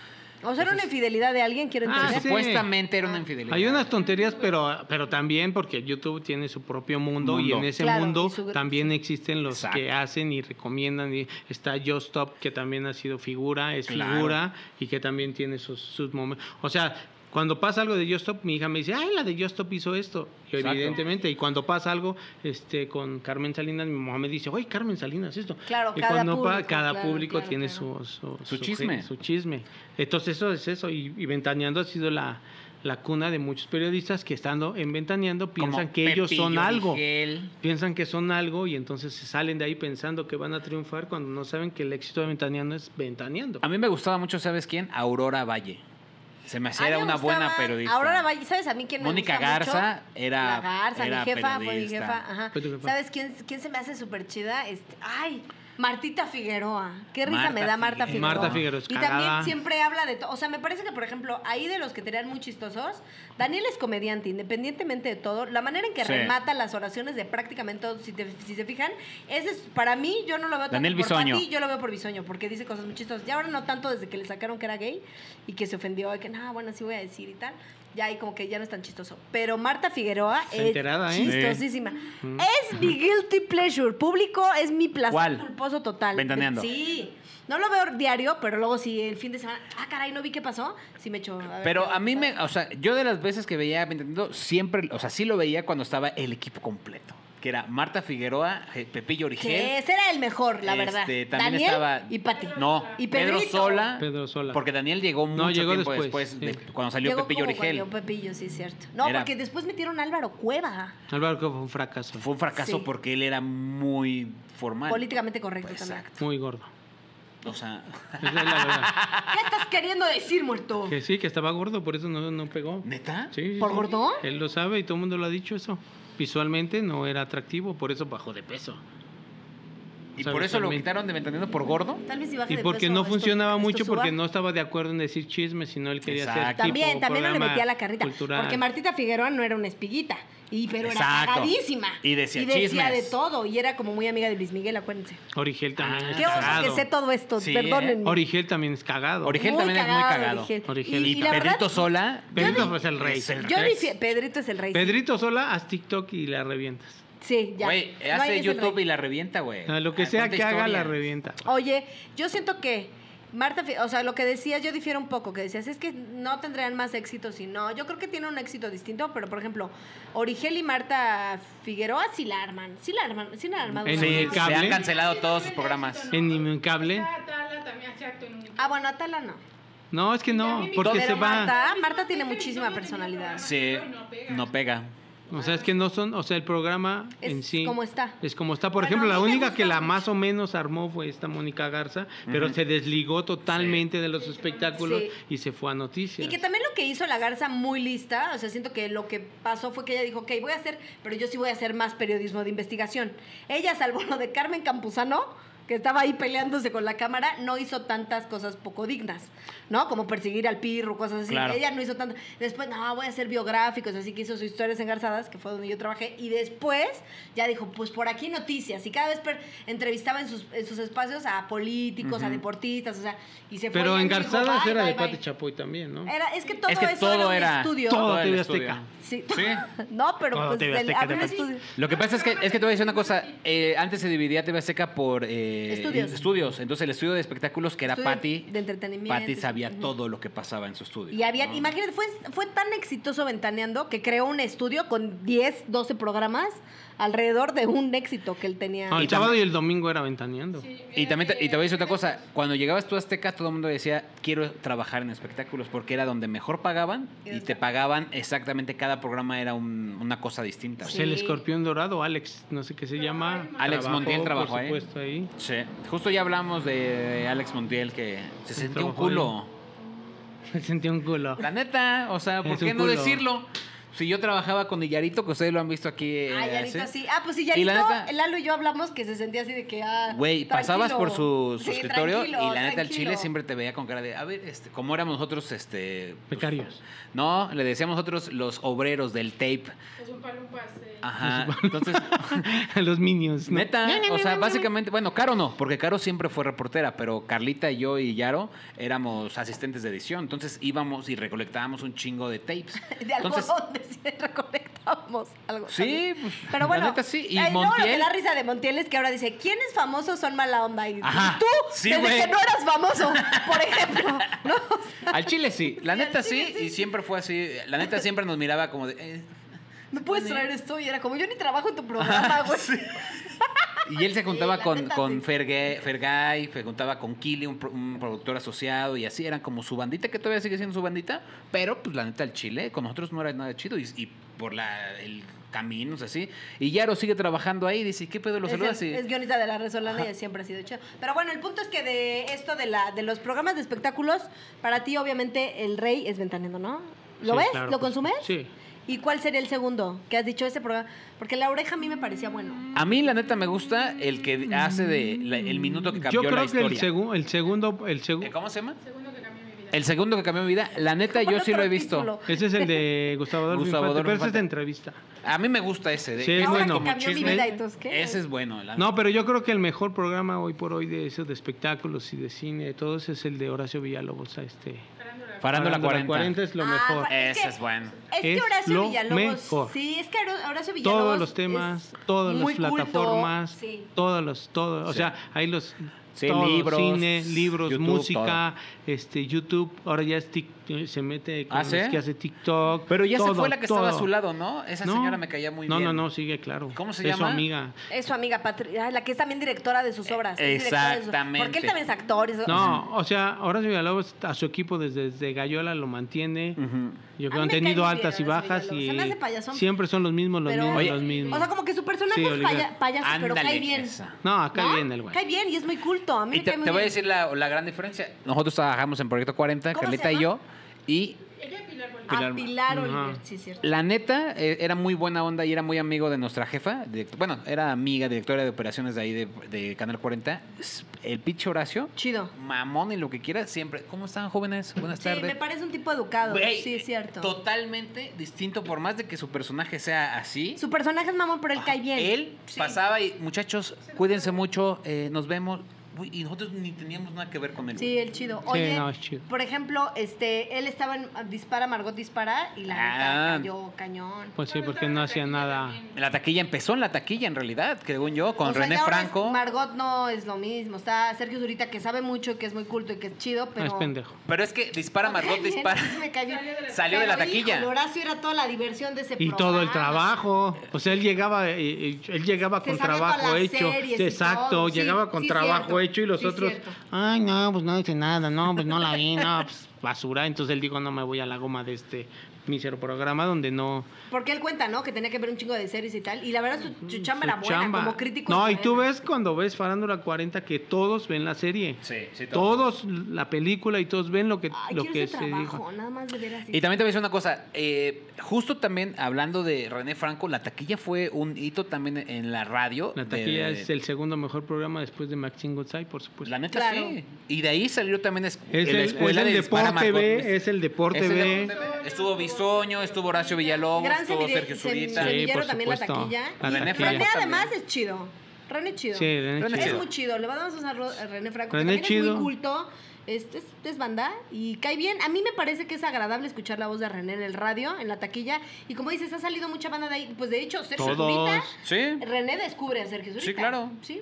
o sea, era una infidelidad de alguien, quiero Ah, entender. sí. Supuestamente era una infidelidad. Hay unas tonterías, pero, pero también porque YouTube tiene su propio mundo, y en Mundo. ese Claro, mundo y su- también existen los Exacto. que hacen y recomiendan. Y está Just Stop, que también ha sido figura, es Claro. figura y que también tiene sus, sus momentos. O sea, cuando pasa algo de Just Stop, mi hija me dice, ay, la de Just Stop hizo esto. Y Exacto. evidentemente, y cuando pasa algo este, con Carmen Salinas, mi mamá me dice, oye, Carmen Salinas, esto. Claro, y cada cuando pa- público, cada claro, público claro, tiene claro. Su, su, Su chisme. su chisme. Entonces eso es eso. Y, y Ventaneando ha sido la, la cuna de muchos periodistas que estando en Ventaneando piensan Como que ellos son Pepillo algo. Origel. Piensan que son algo y entonces se salen de ahí pensando que van a triunfar cuando no saben que el éxito de Ventaneando es Ventaneando. A mí me gustaba mucho, ¿sabes quién? Aurora Valle. Se me hacía A mí era me una gustaba- buena periodista. Ahora Valle, ¿sabes a mí quién me Mónica gusta mucho? Garza era- La Garza, era mi jefa, fue mi periodista. jefa. Ajá. Fue tu jefa. ¿Sabes quién, quién se me hace súper chida? Este, ay, Martita Figueroa. Qué risa Marta me da Marta Figueroa. Figueroa. Marta Figueroa es Y también cagada. siempre habla de todo. O sea, me parece que, por ejemplo, ahí de los que te eran muy chistosos, Daniel es comediante, independientemente de todo. La manera en que Sí. remata las oraciones de prácticamente todos, si, te- si se fijan, ese es, para mí, yo no lo veo tanto Daniel por Bisoño. Pati, yo lo veo por Bisoño, porque dice cosas muy chistosas. Y ahora no tanto desde que le sacaron que era gay y que se ofendió, y que, no, bueno, sí voy a decir y tal. Ya ahí como que ya no es tan chistoso. Pero Marta Figueroa Está es enterada, ¿eh? chistosísima. Es mi guilty pleasure público, es mi placer ¿Cuál? culposo total. Ventaneando. Sí. No lo veo diario, pero luego si el fin de semana, ah, caray, no vi qué pasó, sí me echo. ver Pero qué a mí me, pasa. o sea, yo de las veces que veía Ventaneando, siempre, o sea, sí lo veía cuando estaba el equipo completo. Que era Marta Figueroa, Je- Pepillo Origel. Que ese era el mejor, la verdad. Este, también Daniel estaba. y Pati. No, Y Pedro Pedrito. Sola. Pedro Sola. Porque Daniel llegó mucho llegó tiempo después, después, de- sí. cuando salió Llegó Pepillo como Origel. cuando Pepillo, sí, es cierto. No, Era- porque después metieron a Álvaro Cueva. Álvaro Cueva fue un fracaso. Fue un fracaso Sí. porque él era muy formal. Pues, Políticamente correcto también. Exacto. Muy gordo. O sea, Esa es la verdad. ¿Qué estás queriendo decir, muerto? Que sí, que estaba gordo, por eso no, no pegó. ¿neta? Sí, sí, ¿Por sí. gordo? Él lo sabe y todo el mundo lo ha dicho eso. Visualmente no era atractivo, por eso bajó de peso. ¿Y O sea, por eso lo visualmente. quitaron de Ventaneando por gordo? Tal vez si baje Y de porque peso, no esto- funcionaba esto mucho, suba. porque no estaba de acuerdo en decir chismes, sino él quería hacer Exacto. tipo También, también no le programa metía la carrita. cultural. Porque Martita Figueroa no era una espiguita. Y, pero Exacto. era cagadísima. Y decía chismes. de todo. Y era como muy amiga de Luis Miguel, acuérdense. Origel también Ah. es Qué oso cagado. que sé todo esto, Sí, ¿eh? perdónenme. Origel también es cagado. Origel también es muy cagado. Origel. Origel. Y, Y, y la Pedrito verdad, Sola. Pedrito fue el rey. Es el yo rey. difi- Pedrito es el rey. sí. Pedrito sola, haz TikTok y la revientas. Sí, ya. Güey, No hay hace es el YouTube rey. y la revienta, güey. O sea, lo que Ah, sea cuenta que haga, historia. la revienta. Oye, yo siento que Marta, Fi- o sea, lo que decías, yo difiero un poco, que decías, es que no tendrían más éxito si no. Yo creo que tiene un éxito distinto, pero por ejemplo, Origel y Marta Figueroa sí la arman, sí la arman, sí la han armado. En Sí. Sí, se Cable. han cancelado todos sus programas. En Inmunicable. Atala también, exacto, en Inmunicable. Ah, bueno, Atala no. No, es que no, Pero porque Pero se va. Marta, Marta tiene muchísima personalidad. Sí, no pega. O sea, es que no son, o sea, el programa Es en sí. como está. Es como está. Por Bueno, ejemplo, a la mí me única que gusta la mucho. más o menos armó fue esta Mónica Garza, pero se desligó totalmente de los espectáculos Sí. y se fue a noticias. Y que también lo que hizo la Garza muy lista, o sea, siento que lo que pasó fue que ella dijo, ok, voy a hacer, pero yo sí voy a hacer más periodismo de investigación. Ella, salvo lo de Carmen Campuzano, que estaba ahí peleándose con la cámara, no hizo tantas cosas poco dignas, ¿no? Como perseguir al pirro, cosas así. Claro. Ella no hizo tanto. Después, no, voy a hacer biográficos, así que hizo sus historias engarzadas, que fue donde yo trabajé. Y después ya dijo, pues por aquí noticias. Y cada vez per- entrevistaba en sus, en sus espacios a políticos, a deportistas, o sea, y se fue. pero ya y engarzadas dijo, "Bye, era de bye, bye". Pati Chapoy también, ¿no? Era, es que todo Es que eso todo era un era- estudio. Todo el TV estudio. Azteca. Sí. Sí. no, pero Todo pues TV el, Azteca abrió un de estudio. Lo que pasa es que, es que te voy a decir una cosa. eh, antes se dividía TV Azteca por eh, Estudios. Entonces, el estudio de espectáculos, que era Estudio Patty, de entretenimiento. Patty sabía Ujú. todo lo que pasaba en su estudio. Ah. Y había, ¿no? imagínate, fue, fue tan exitoso Ventaneando que creó un estudio con 10, 12 programas alrededor de un éxito que él tenía. No, el Y tam- sábado y el domingo era ventaneando. Y también te, y te voy a decir otra cosa. Cuando llegabas tú a Azteca, todo el mundo decía, quiero trabajar en espectáculos, porque era donde mejor pagaban y te pagaban exactamente cada programa era un- una cosa distinta. Pues Sí. El escorpión dorado, Alex, no sé qué se llama. Alex Montiel trabajó por ahí. supuesto, ahí. Sí. Justo ya hablamos de Alex Montiel que se sentía un trabajó culo. Sentí un culo. La neta, o sea, ¿por Es un qué no culo. decirlo? Si yo trabajaba con Illarito, que ustedes lo han visto aquí. eh, Ah, Yarito hace- sí. Ah, pues sí, Y Yarito, la neta- Lalo y yo hablamos que se sentía así de que, ah, Güey, tranquilo. pasabas por su, su Sí, escritorio y la tranquilo, neta, el chile tranquilo. siempre te veía con cara de, a ver, este, como éramos nosotros, este... pues, Becarios. no, le decíamos nosotros los obreros del tape. Es un palumpas. eh. Ajá, entonces... Los minions. ¿no? Neta, o sea, básicamente, bueno, Caro no, porque Caro siempre fue reportera, pero Carlita, y yo y Yaro éramos asistentes de edición, entonces íbamos y recolectábamos un chingo de tapes. De Entonces, algodón, decía, recolectamos algo. Sí, también. pues, pero bueno. la neta sí. Y ay, luego lo que Montiel- da risa de Montiel es que ahora dice, ¿quiénes famosos son mala onda? Y Ajá, tú, sí, desde güey. que no eras famoso, por ejemplo. ¿no? Al chile sí, la Sí, neta al sí, chile sí. y siempre fue así. La neta siempre nos miraba como de. eh, ¿Me puedes traer esto? Y era como, yo ni trabajo en tu programa, güey. Y él se juntaba Sí, la con, neta, con sí. Fergue- Fergay, se juntaba con Kili, un, pro- un productor asociado, y así eran como su bandita, que todavía sigue siendo su bandita, pero pues la neta, el Chile, con nosotros no era nada chido, y, y por la, el camino, o sea, así. Y Yaro sigue trabajando ahí, dice, ¿qué pedo? Lo Es saludas el- y... Es, guionista de la Resolana y siempre ha sido chido. Pero bueno, el punto es que de esto de la de los programas de espectáculos, para ti obviamente el rey es ventaneando, ¿no? ¿Lo Sí, ves? claro, ¿Lo pues, consumes? sí. ¿Y cuál sería el segundo que has dicho ese programa? Porque la oreja a mí me parecía bueno. A mí, la neta, me gusta el que hace de la- el minuto que Yo cambió la creo que historia. el, segu- el segundo, el segu- ¿Eh, ¿Cómo se llama? Segundo que cambié mi vida. El segundo que cambió mi vida, la neta, yo Otro sí lo he visto. título. ese es el de Gustavo Adolfo Gustavo Infante, Adolfo pero ese es Infante. de entrevista. A mí me gusta ese. De, Sí, es ese Ahora bueno. que como cambió mi chisme. vida y tus qué. Ese es bueno. la No, neta. pero yo creo que el mejor programa hoy por hoy de eso, de espectáculos y de cine, de todos, es el de Horacio Villalobos. a Este, Parando la 40. es lo Ah, mejor. fa- Ese Es que- es bueno. Es que Es Horacio lo Villalobos. mejor. Sí, es que Hor- Horacio Villalobos. todos los temas, es todas las muy culto, plataformas, sí. todos los, todos, o sea, hay los Sí, todo, libros, cine, libros, YouTube, música, este YouTube, ahora ya es Tik- se mete con ¿Ah, los sí? que hace TikTok. Pero ya todo, se fue la que estaba todo. a su lado, ¿no? Esa No, señora me caía muy no, bien. No, no, no, sigue claro. ¿Cómo se Es su llama? amiga. Es su amiga Patricia, la que es también directora de sus obras. es directora de sus- Eh, Exactamente. porque él también es actor. es- No, o sea, Horacio Villalobos a su equipo desde, desde Gallola lo mantiene. Ujú. Yo A mí me creo han cae tenido muy bien altas y Horacio bajas Villalobos. y Se me hace payasón. siempre son los mismos, los Pero- mismos, Oye, los mismos. O sea, como que su personaje Sí, es Olivia. paya- payaso, pero Ándale, cae bien. esa. no, acá ¿No? viene el güey. Cae bien y es muy culto. A mí Y me te, cae muy te voy a bien. decir la, la gran diferencia. Nosotros trabajamos en Proyecto 40, ¿Cómo Carlita se y yo, y Ella es Pilar Bolívar. A Pilar- Pilar Ajá. Oliver, sí, cierto. la neta eh, era muy buena onda y era muy amigo de nuestra jefa. direct- bueno, era amiga, directora de operaciones de ahí de, de Canal 40. S- El pinche Horacio, Chido. mamón y lo que quiera, siempre. ¿Cómo están, jóvenes? Buenas Sí, tardes. me parece un tipo educado. Güey, sí, es cierto. Totalmente distinto, por más de que su personaje sea así. Su personaje es mamón, pero él cae bien. Él pasaba y, muchachos, cuídense mucho, eh, nos vemos. Uy, y nosotros ni teníamos nada que ver con él. Sí, el chido. Oye, no, es chido. por ejemplo, este, él estaba en Dispara, Margot Dispara y la neta Ah. cayó cañón. Pues sí, Cuando porque estaba no la hacía taquilla nada. también. La taquilla empezó en la taquilla, en realidad, según yo, con O sea, René ya ahora es- Franco. Margot no es lo mismo. Está Sergio Zurita, que sabe mucho, que es muy culto y que es chido, No pero... es pendejo. Pero es que dispara, Margot Cae bien, dispara. sí me cae bien. Salió de la Pero, taquilla. híjole, Horacio era toda la diversión de ese Y todo el programa. trabajo. O sea, él llegaba, eh, eh, él llegaba Se con sabía trabajo todas las hecho. series Sí, y todo, exacto, sí, llegaba con sí, trabajo cierto, hecho y los sí, otros, cierto. ay, no, pues no hice nada, no, pues no la vi, no, pues basura. Entonces él dijo, no me voy a la goma de este mísero programa donde no. Porque él cuenta, ¿no? Que tenía que ver un chingo de series y tal. Y la verdad, su, su chamba Mm, su era buena, chamba. como crítico. No, y era tú buena. ves cuando ves Farándula 40 que todos ven la serie. Sí, sí, Todos la película y todos ven lo que, Ay, lo quiero que ese se trabajo, dijo. nada más de ver así. Y también te voy a decir una cosa, eh, justo también hablando de René Franco, la taquilla fue un hito también en la radio. La de- taquilla de- es el segundo mejor programa después de Maxine Goodside, por supuesto. La neta Claro. sí. Y de ahí salió también es, Es el, la es escuela el de Dispara, deporte Margot. B, es el deporte Es el B. deporte B. Estuvo Bisoño, estuvo Horacio Villalobos, Gran estuvo semille- Sergio sem- Zurita. Sí. semillero por también la supuesto. taquilla. La Y taquilla. René además También. es chido. René es chido. Sí, René René Chido. Es chido. muy chido, le vamos a usar ro- a René Franco. que René también es chido. muy culto, es, es, es banda y cae bien. A mí me parece que es agradable escuchar la voz de René en el radio, en la taquilla. Y como dices, ha salido mucha banda de ahí. Pues de hecho, Sergio Zurita, Todos. Sí. René descubre a Sergio Zurita. Sí, claro. Sí.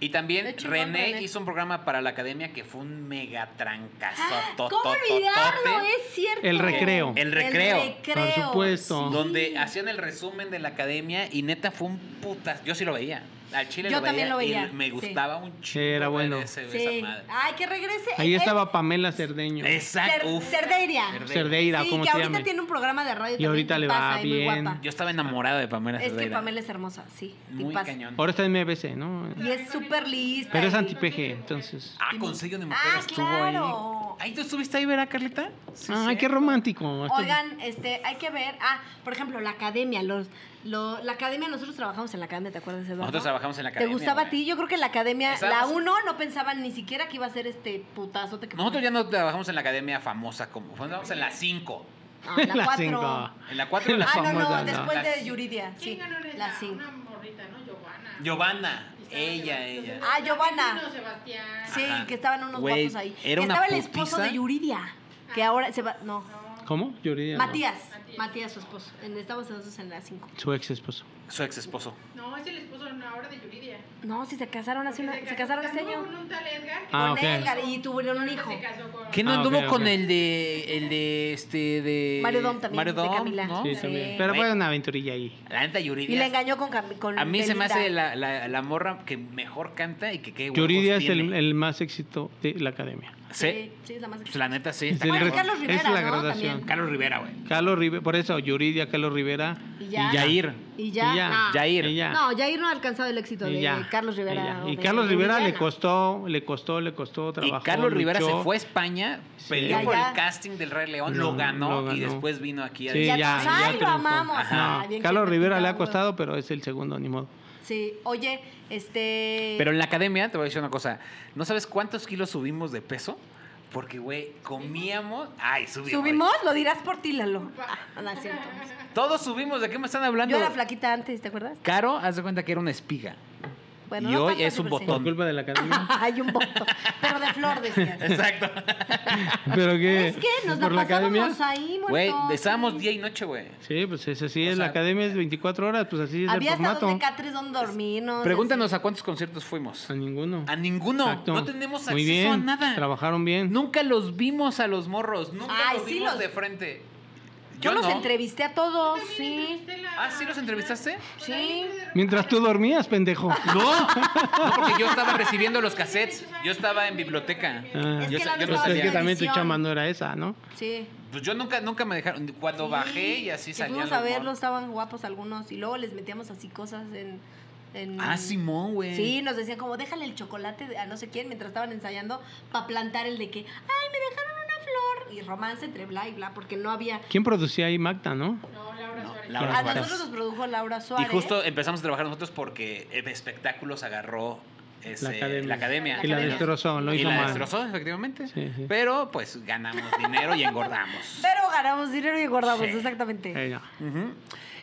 Y también De hecho, René, René. hizo un programa para la academia que fue un mega trancazo. Ah, Ah, ¿Cómo olvidarlo? Es cierto. El recreo. El recreo. Por supuesto. Donde hacían el resumen de la academia y neta fue un putas. Yo sí lo veía. Al chile Yo lo también lo veía. y veía, me sí. gustaba un chingo. Era bueno. ver ese- Sí. Ah, esa madre. Ay, que regrese. Ahí Eh, estaba Pamela Cerdeño. Cer- Exacto. uf. Cerdeira. Cerdeira, sí, ¿cómo que se ahorita llama? tiene un programa de radio. Y ahorita también, le va tipaza y muy bien. guapa. Yo estaba enamorado de Pamela Es que Cerdeira. Pamela es hermosa, sí. Muy tipaza. cañón. Ahora está en MBC, ¿no? Y es súper lista. Pero es y- anti-PG, entonces. Ah, con sello de mujer Ah, estuvo claro. ahí. Ahí tú estuviste ahí, ¿verdad, Carlita? Ay, qué romántico. Esto- Oigan, este, hay que ver. Ah, por ejemplo, la academia. Los, lo- la academia, nosotros trabajamos en la academia, ¿te acuerdas, Eduardo? Nosotros trabajamos en la academia, ¿Te gustaba a güey. ti? Yo creo que en la academia, la Estábamos- 1 no pensaban ni siquiera que iba a ser este putazo. Que Nosotros ya no trabajamos en la academia famosa como. Trabajamos en la 5. Ah, la La 4. cinco. Ah, En la 4 no, La no, famosa, después no. de Yuridia. Sí, ¿Quién ganó en esa? la 5. Una morrita, ¿no? Giovanna. Giovanna. Y estaba Ella, Sebastián. ella. Ah, Giovanna. Argentino, Sebastián. Sí, Ajá. que estaban unos Güey, guapos ahí. era Que una estaba el esposo putiza. de Yuridia, que ahora se va. No. ¿Cómo? Yo diría, no. Matías, Matías, su esposo. En- Estamos entonces en la 5. Su ex esposo. ah. Su ex esposo. No, es el esposo no, ahora de Yuridia. No, si se casaron hace una, Porque se casaron este anduvo año. con un tal Edgar. Ah, con ok. Edgar y tuvieron un que hijo. Se casó con. ¿Quién Ah, anduvo ok, con ok. el de. El de. Este. De. Mario Dom también, Mario de Dom, Camila. ¿no? Sí, Oh, Sí. también. Pero fue una aventurilla ahí. La neta, Yuridia. Y la engañó con, Cam- con A mí se me Belinda. hace la, la, la morra que mejor canta y que qué huevos Yuridia es el, tiene. el más éxito de la academia. Sí. Sí, sí, es la más Pues la neta, sí. Es está el cabrón. re- es Carlos Rivera, es la ¿no? graduación. También. Carlos Rivera, güey. Carlos Rivera, por eso, Yuridia, Carlos Rivera. Y Y Jair. Y ya. Y ya. no. Jair. Y ya. No, Jair no ha alcanzado el éxito de Y ya, Carlos Rivera. ya. o Y de Carlos Rivera le Liliana. costó, le costó, le costó trabajo. y Carlos Rivera se luchó. fue a España, Sí. peleó Ya, por ya. el casting del Rey León, Lo- lo, ganó, lo y ganó. después vino aquí a Sí, decir, ya, Ya ya, todos, ay, lo triunfó. amamos, Ajá. ah, bien Carlos Rivera le complicado. ha costado, pero es el segundo, ni modo. Sí, oye, este. Pero en la academia, te voy a decir una cosa, ¿no sabes cuántos kilos subimos de peso? Porque, güey, comíamos... Ay, subimos. ¿Subimos? eh. Lo dirás por ti, Lalo. Ah, no es cierto. Todos subimos, ¿de qué me están hablando? Yo era flaquita antes, ¿te acuerdas? Caro, haz de cuenta que era una espiga. Bueno, Y no hoy tanto, es un pero sí. Por botón. culpa de la academia. Hay un voto. Pero de flor, decías. Exacto. ¿Pero qué? Es que nos la ¿Por la academia? pasábamos ahí, muertos. Güey, estábamos sí. día y noche, güey. Sí, pues es así, O es, la sea, academia es 24 horas, pues así es Había el hasta formato. donde catres, donde dormirnos. Pregúntanos a cuántos conciertos fuimos. A ninguno. A ninguno. Exacto. Ah, No tenemos acceso Muy bien, a nada. Trabajaron bien. Nunca los vimos a los morros, nunca Ay, los sí vimos los- de frente. Yo, los no. entrevisté a todos, sí. Entrevisté la- Ah, ¿sí los entrevistaste? Sí. Mientras tú dormías, pendejo. No, no, porque yo estaba recibiendo los cassettes. Yo estaba en biblioteca. Ah, Es yo que sa- la yo no no pues es estaba que salía. también tu edición. chama no era esa, ¿no? Sí. Pues yo nunca, nunca me dejaron. Cuando bajé y así Que salían Fuimos los a verlos, morros. estaban guapos algunos. Y luego les metíamos así cosas en. en- Ah, Simón, güey. Sí, nos decían como, déjale el chocolate de- a no sé quién mientras estaban ensayando para plantar el de que, ay, me dejaron una flor. Y romance entre bla y bla, porque no había. ¿Quién producía ahí Magda, no? No, Laura No, Suárez. Laura a Suárez. nosotros nos produjo Laura Y Suárez. justo empezamos a trabajar nosotros porque espectáculos agarró ese- La academia. la academia. Y la academia. destrozó, lo Y hizo la mal. destrozó, efectivamente. Sí, sí. Pero pues ganamos dinero y engordamos. Pero ganamos dinero y guardamos, Sí. exactamente. Eh, no. Ujú.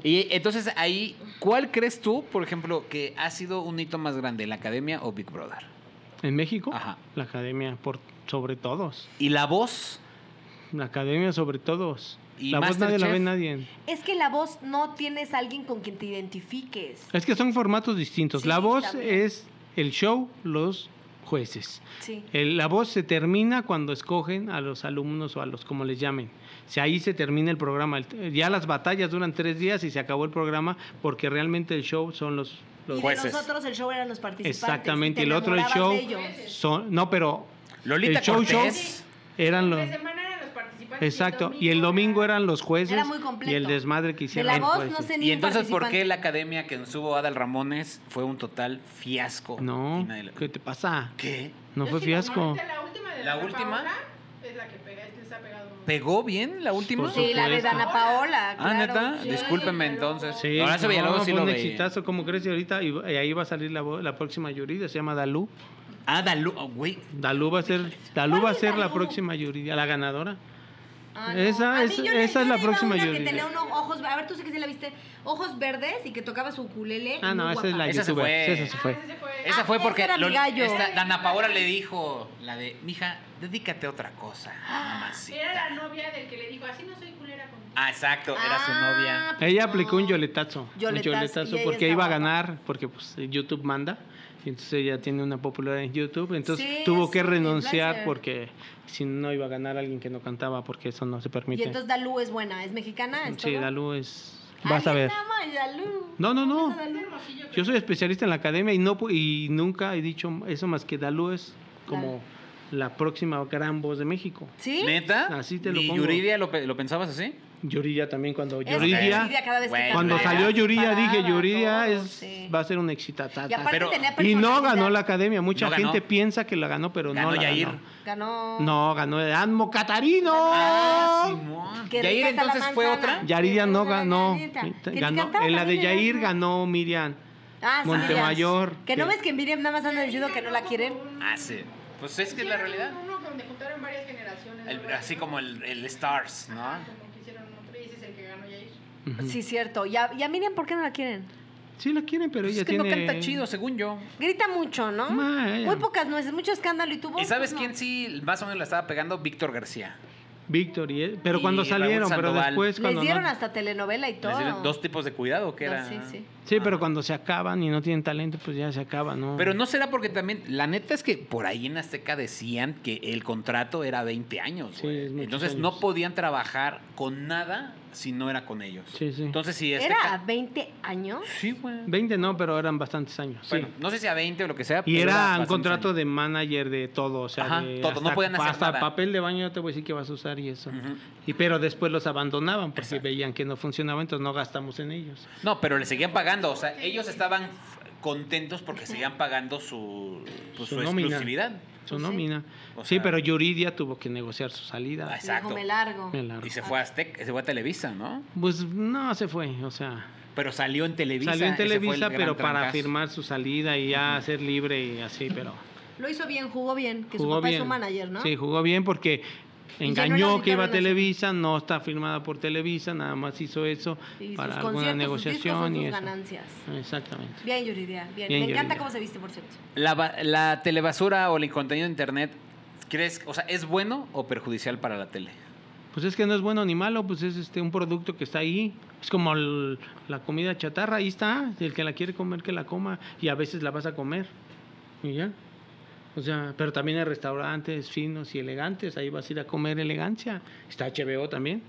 Y entonces ahí, ¿cuál crees tú, por ejemplo, que ha sido un hito más grande, la academia o Big Brother? En México, Ajá. la academia por sobre todos. Y la voz, La academia sobre todos. ¿Y la voz nadie la Masterchef? ve nadie. Es que la voz no tienes a alguien con quien te identifiques. Es que son formatos distintos. Sí, la voz también. es el show, los jueces. Sí. El- la voz se termina cuando escogen a los alumnos o a los como les llamen. Si ahí se termina el programa. El- ya las batallas duran tres días y se acabó el programa porque realmente el show son los, los Y de jueces. nosotros el show eran los participantes. Exactamente, y te el otro el enamorabas de show ellos. son no pero Lolita el show Cortés. show eran los Entre semana eran los participantes. exacto y el domingo eran los jueces Era muy completo. y el desmadre que De hicieron la los voz no jueces. sé ni y un entonces, ¿por qué participante. la academia que subo Adal Ramones fue un total fiasco? Y no nadie la- qué te pasa ¿Qué? no Yo fue sí, fiasco normalmente La última de ¿La Ana última? Paola es la que pega, es que se ha pegado. ¿Pegó bien la última? Por Sí, la de supuesto. Dana Paola. Ah, claro. neta, Sí. discúlpeme entonces. sí Ahora se no, Villalobos sí fue lo un veía. exitazo como crees y ahorita y, y ahí va a salir la, vo- la próxima Yuridia se llama Dalú Ah, Dalu, oh, güey. Dalú va a ser Dalú ¿Cuál va a es ser la Dalú? próxima Yuridia la ganadora Ah, no. Esa A mí es- yo le- yo esa es la le iba a próxima una que Yuridia. tenía unos ojos, a ver, tú sí que sí la viste, ojos verdes y que tocaba su ukulele. ah muy no esa guapa. es la Esa se youtuber fue. Sí, esa se Ah, fue ese fue. Esa Ah, fue ese porque era mi Lol- gallo. esta Dana Paola le dijo, la de, mija, dedícate a otra cosa, Ah, Ah, Era mamacita. la novia del que le dijo, así no soy culera contigo. Ah, exacto, era su Ah, novia. pues Ella no. aplicó un yoletazo. Yoletazo, Un y yoletazo ella porque está iba a guapa. ganar, porque pues YouTube manda. Y entonces ella tiene una popularidad en YouTube. Entonces Sí, tuvo es que una renunciar influencer. porque si no iba a ganar alguien que no cantaba, porque eso no se Y permite. entonces Ah, Dalú es buena, es mexicana, es sí, todo? Dalú es. Ay, Vas a ver. yo amo a Dalú. No, no, no. Esa Dalú. Hermosillo, Yo soy especialista en la academia y no pu- y nunca he dicho eso más que Dalú es como la próxima gran voz de México. ¿Sí? ¿Neta? Así te lo ¿Y pongo. Yuridia lo, pe- lo pensabas así? Yuridia también cuando Es que Yuridia Yuridia cada vez que Pues Bueno, cantaba, cuando Yuridia salió Yuridia dije paraba, Yuridia todo, es sí. va a ser un exitatazo. Y aparte Pero- tenía Y no personalidad. ganó la academia. Mucha No ganó. gente piensa que la ganó, pero Ganó no la Yair. ganó. Ganó. No, ganó Anmo Catarino. Ah, Simón. Que ¿Y ahí rica está la entonces fue manzana. otra? Yaridia no Que era ganó. Yaridia. Que ni ganó. cantaba, En la de también era Yair una- ganó Miriam. Ah, sí, Montemayor, Miriam. Que no que- ves que Miriam nada más anda diciendo que no la quieren. Ah, sí. Pues es que es la realidad. Uno donde juntaron varias generaciones. El- ¿no? así como el, el Stars, ¿no? Ajá, como que hicieron otro, y ese es el que ganó Yair. Ujú. Sí, cierto. ¿Y a, y a Miriam por qué no la quieren? Sí la quieren, pero Pues ella es que no tiene... canta chido, según yo. Grita mucho, ¿no? Ma, ella- Muy pocas nueces, mucho escándalo. ¿Y tú vos? ¿Y sabes Pues no. quién sí más o menos la estaba pegando? Víctor García. Víctor y él- Pero Y cuando Raúl salieron, pero Sandoval. después Les cuando dieron no- hasta telenovela y Les todo. dieron dos tipos de cuidado, que No, era... sí, sí. Sí, pero cuando se acaban y no tienen talento, pues ya se acaban, ¿no? Pero no será porque también, la neta es que por ahí en Azteca decían que el contrato era 20 años. Sí, güey. es muchos Entonces años. no podían trabajar con nada si no era con ellos. Sí, sí. Entonces si Azteca- ¿Era a 20 años? Sí, güey. 20 no, pero eran bastantes años. Bueno, sí. no sé si a 20 o lo que sea. Y pero era un bastante contrato años. de manager de todo, o sea, Ajá, de todo, no podían hacer hasta nada. papel de baño yo te voy a decir que vas a usar y eso. Ujú. Y pero después los abandonaban porque veían que no funcionaba, entonces no gastamos en ellos. No, pero le seguían pagando. O sea, ellos estaban contentos porque seguían pagando su, pues, Su su nómina. exclusividad. Pues Su nómina. O sí, sea- pero Yuridia tuvo que negociar su salida. Ah, Exacto. Dijo, me largo. Me largo. Y se fue a Aztec, se fue a Televisa, ¿no? Pues no se fue, o sea, Pero salió en Televisa. salió en ese fue el Televisa, gran pero para trancazo. firmar su salida y ya ser libre y así, pero Lo hizo bien, jugó bien, que su jugó papá bien. es su manager, ¿no? Sí, jugó bien porque Y ya no engañó era que iba Ricardo a Nacional. Televisa, no está firmada por Televisa, nada más hizo eso Y sus para conciertos, alguna sus discos negociación son sus y eso. ganancias. Exactamente. Bien, Yuridia, bien. Bien, Me encanta Yuridia. cómo se viste, por cierto. La, ba- la telebasura o el contenido de internet, ¿crees, o sea, es bueno o perjudicial para la tele? Pues es que no es bueno ni malo, pues es este un producto que está ahí. Es como el- la comida chatarra, ahí está. El que la quiere comer, que la coma. Y a veces la vas a comer. Y ya. O sea, pero también hay restaurantes finos y elegantes. Ahí vas a ir a comer elegancia. Está HBO también.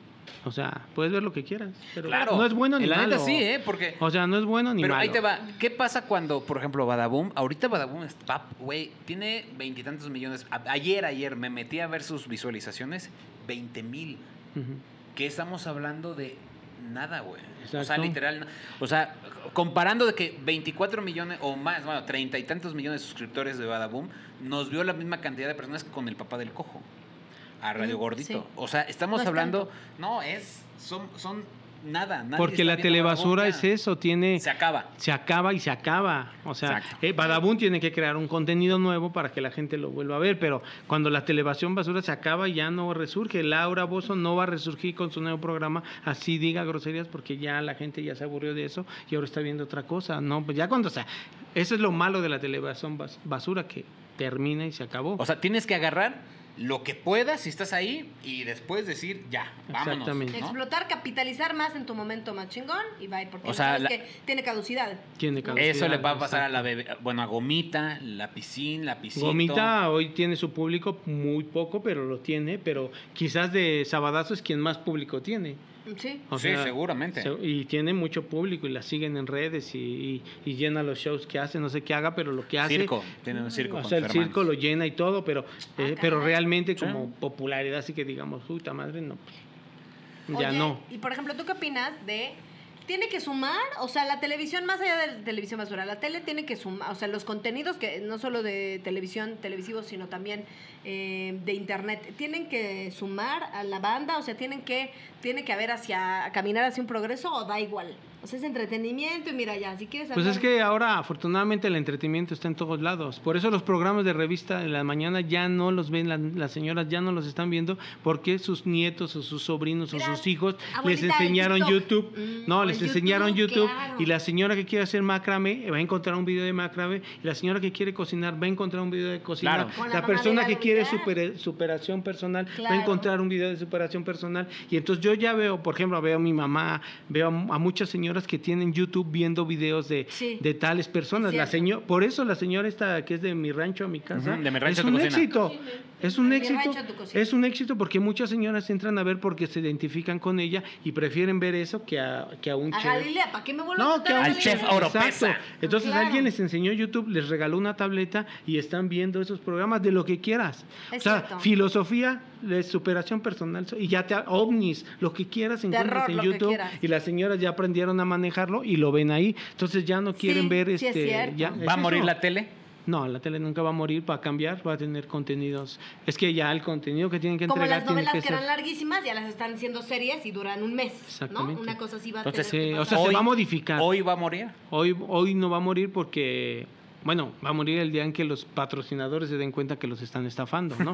O sea, puedes ver lo que quieras. Pero Claro. no es bueno ni La malo. neta sí, ¿eh? Porque- O sea, no es bueno ni Pero malo. ahí te va. ¿Qué pasa cuando, por ejemplo, Badaboom? Ahorita Badaboom es pap, güey. Tiene veintitantos millones. A- Ayer, ayer me metí a ver sus visualizaciones. Veinte mil. Ujú. Que estamos hablando de nada, güey. O sea, Exacto. literal. O sea, comparando de que 24 millones o más, bueno, treinta y tantos millones de suscriptores de Badaboom, nos vio la misma cantidad de personas con el papá del cojo. A Radio Mm, Gordito. sí. O sea, estamos No es hablando. No, es. Son, son nada. nadie Porque está la viendo Badaboom, telebasura ya. es este. eso. Tiene... Se acaba. se acaba y se acaba. O sea, Exacto. eh, Badabun tiene que crear un contenido nuevo para que la gente lo vuelva a ver, pero cuando la televisión basura se acaba ya no resurge. Laura Bozo no va a resurgir con su nuevo programa, así diga groserías, porque ya la gente ya se aburrió de eso y ahora está viendo otra cosa. No, pues ya cuando, o sea, eso es lo malo de la televisión bas- basura, que termina y se acabó. O sea, tienes que agarrar lo que puedas si estás ahí y después decir ya, vámonos. ¿no? Exactamente. Explotar, capitalizar más en tu momento más chingón y bye, porque O sea, sabes la- que tiene caducidad. Tiene Eso caducidad, le va a pasar a exacto. la bebé, bueno, a Gomita, la piscina, la piscina. Gomita hoy tiene su público muy poco, pero lo tiene, pero quizás de Sabadazo es quien más público tiene. Sí. O Sí, seguramente. se- Y tiene mucho público y la siguen en redes y, y- y llena los shows que hace, no sé qué haga, pero lo que hace. Circo, tiene un circo. O con sea, sus el circo lo hermanos. llena y todo, pero, eh, Ah, pero caray. realmente como popularidad, así que digamos, puta madre, no. pues, ya Oye, no. Y por ejemplo, ¿tú qué opinas de.? Tiene que sumar, o sea, la televisión, más allá de la televisión basura, la tele tiene que sumar, o sea, los contenidos que no solo de televisión, televisivos, sino también eh, de internet, tienen que sumar a la banda, o sea, tienen que, tiene que haber hacia, caminar hacia un progreso o da igual. O sea, es entretenimiento y mira ya, si quieres Pues es hablar- que ahora, afortunadamente, el entretenimiento está en todos lados. Por eso los programas de revista de la mañana ya no los ven, la- las señoras ya no los están viendo, porque sus nietos o sus sobrinos Mira, o sus hijos les abuelita, el enseñaron TikTok. YouTube. Mm, no, el les YouTube, enseñaron YouTube. claro. Y la señora que quiere hacer macrame eh, va a encontrar un video de macrame. Y la señora que quiere cocinar va a encontrar un video de cocina. Claro. Con la La mamá persona de que quiere Gabriela. super- superación personal va Claro. a encontrar un video de superación personal. Y entonces yo ya veo, por ejemplo, veo a mi mamá, veo a m- a muchas señoras que tienen YouTube viendo videos de, Sí. de tales personas. Es La cierto. señor, por eso la señora esta que es de mi rancho a mi casa. Ujú, de mi rancho es a tu un cocina. éxito. Es un mi éxito. rancho a tu cocina. Es un éxito porque muchas señoras entran a ver porque se identifican con ella y prefieren ver eso que a, que a un A chef. Galilea, ¿para qué me vuelvo No, a que chutar a a un Al chef Galilea? oro. Oropesa. Exacto. Entonces Claro. alguien les enseñó YouTube, les regaló una tableta y están viendo esos programas de lo que quieras. Es o sea, cierto. filosofía, de superación personal y ya te ovnis, lo que quieras encuentras Terror, en lo que YouTube quieras. y las señoras ya aprendieron a manejarlo y lo ven ahí. Entonces ya no quieren Sí, ver sí es este cierto. ya- ¿Va es a morir eso. la tele? No, la tele nunca va a morir, va a cambiar, va a tener contenidos. Es que ya el contenido que tienen que Como entregar las novelas que, tiene que ser eran larguísimas, ya las están haciendo series y duran un mes, ¿no? Exactamente. Una cosa así va a Entonces, tener que sí, o pasar. sea, se va a modificar. Hoy va a morir. Hoy, hoy no va a morir porque, bueno, va a morir el día en que los patrocinadores se den cuenta que los están estafando, ¿no?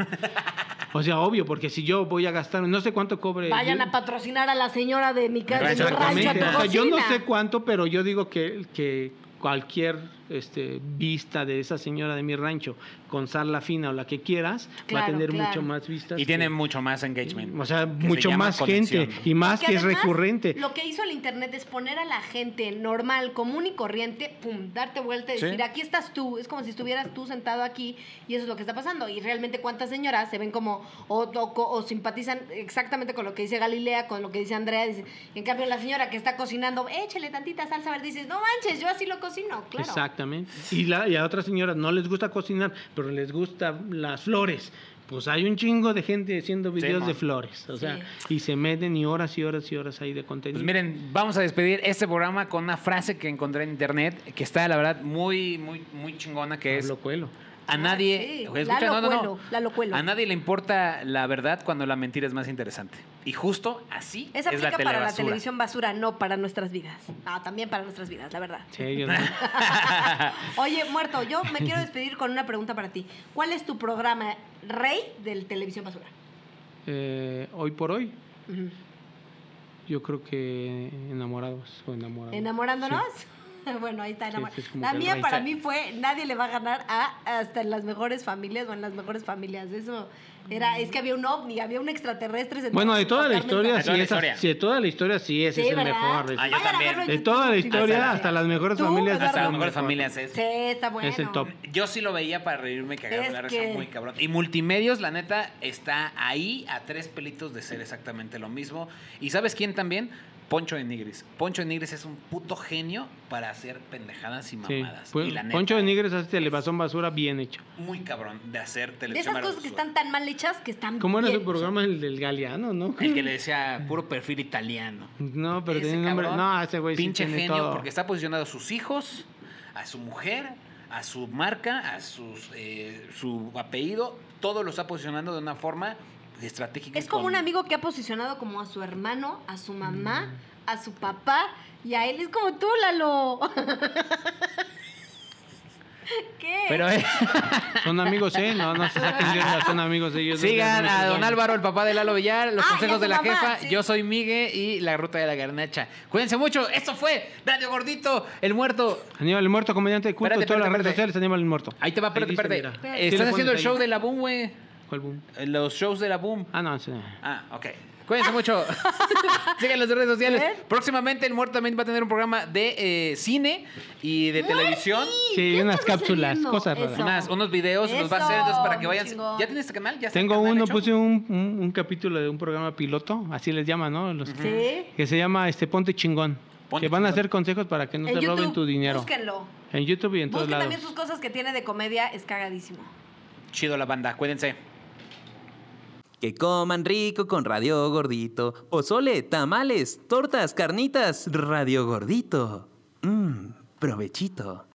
o sea, obvio, porque si yo voy a gastar, no sé cuánto cobre. Vayan yo- a patrocinar a la señora de mi casa. Exactamente. Exactamente. rancho a tu O sea, yo no sé cuánto, pero yo digo que, que cualquier este, vista de esa señora de mi rancho con Sarla Fina o la que quieras, va a Claro, tener claro. mucho más vistas. Y que- tiene mucho más engagement. o sea, que se mucho llama más conexión. gente y más Que que, es además, recurrente. Lo que hizo el internet es poner a la gente normal, común y corriente, pum, darte vuelta y Sí. decir, aquí estás tú. Es como si estuvieras tú sentado aquí y eso es lo que está pasando. Y realmente cuántas señoras se ven como o, o- o simpatizan exactamente con lo que dice Galilea, con lo que dice Andrea. dice- y en cambio la señora que está cocinando, échale tantita salsa verde, dices, no manches, yo así lo cocino, claro. Exactamente. Y, la, y a otras señoras no les gusta cocinar, pero les gustan las flores. Pues hay un chingo de gente haciendo videos ma. de flores. O sea, y se meten y horas y horas y horas ahí de contenido. Pues miren, vamos a despedir este programa con una frase que encontré en internet que está, la verdad, muy, muy, muy chingona, que es... Pablo Coelho. A nadie... sí. Oye, escucha, Lalo no, no, no. Cuelo, Lalo Cuelo. A nadie le importa la verdad cuando la mentira es más interesante. Y justo así Esa es la aplica para la telebasura. televisión basura, no para nuestras vidas. Ah, también para nuestras vidas, la verdad. Sí, yo no- Oye, muerto, yo me quiero despedir con una pregunta para ti. ¿Cuál es tu programa rey del televisión basura? eh, hoy por hoy, Ujú. yo creo que enamorados o enamorados. ¿Enamorándonos? Bueno, ahí está Sí, enamorado. sí, es como la que mía rey. para mí fue nadie le va a ganar a hasta en las mejores familias o en las mejores familias. Eso era, es que había un ovni, había un extraterrestre. sentado Bueno, de en toda la Carmen historia, De sí, toda la esa- historia. sí, de toda la historia, sí, ese Sí, es el ¿verdad? mejor. ese- Ah, yo Vayan a también. verlo en de YouTube. toda la historia, Exacto. hasta las mejores Tú, familias. Eduardo. Hasta las es el mejores mejor. familias es... Sí, está bueno. Es el top. Yo sí lo veía para reírme cagado Es la risa que- muy cabrón. Y multimedios, la neta, está ahí a tres pelitos de ser exactamente lo mismo. ¿Y sabes quién también? Poncho de Nigris. Poncho de Nigris es un puto genio para hacer pendejadas y Sí. mamadas. Pues, y la neta, Poncho de Nigres hace televazón basura bien hecho. Muy cabrón de hacer De televisión. esas cosas que basura. están tan mal hechas que están ¿Cómo era bien su programa? El del Galeano, ¿no? El que le decía puro perfil italiano. No, pero Ese tiene nombre. cabrón, No, ese güey sí Pinche tiene genio, todo. porque está posicionado a sus hijos, a su mujer, a su marca, a sus, eh, su apellido. Todo lo está posicionando de una forma estratégica. y Es como con- un amigo que ha posicionado como a su hermano, a su mamá, a su papá y a él. Es como tú, Lalo. ¿Qué? Pero eh, Son amigos, ¿eh? No, no se saquen de onda, son amigos de ellos. sigan a don Álvaro, el papá de Lalo Villar, los Ah, y a consejos su de la mamá, jefa. sí. Yo soy Migue y la ruta de la garnacha. Cuídense mucho. Esto fue Radio Gordito, el muerto. Aníbal el Muerto, comediante de culto, Espérate, en todas las espérate, redes espérate. sociales, Aníbal el Muerto. Ahí te va, espérate, dice, espérate. mira. Eh, Sí, Estás le haciendo el pones show ahí. de la boom, güey. ¿Cuál boom? Eh, Los shows de la boom. Ah, no, ese no. Ah, ok. Cuídense mucho. Sigan las redes sociales. Próximamente el muerto también va a tener un programa de eh, cine y de televisión. Sí, ¿qué unas está cápsulas, sucediendo? cosas Eso. raras. Unas- unos videos los va a hacer entonces, para que Eso, vayan. chingón. ¿Ya tienes este canal? ¿Ya está el Tengo canal uno, hecho? puse un, un- un capítulo de un programa piloto, así les llama, ¿no? Los- Sí. Que se llama este Ponte Chingón. Ponte que van a Chingón. hacer consejos para que no En te roben YouTube, tu dinero. Búsquenlo. En YouTube y en todos Busquen lados. también sus cosas que tiene de comedia. Es cagadísimo. Chido la banda, cuídense. Que coman rico con Radio Gordito. Pozole, tamales, tortas, carnitas, Radio Gordito. Mmm, provechito.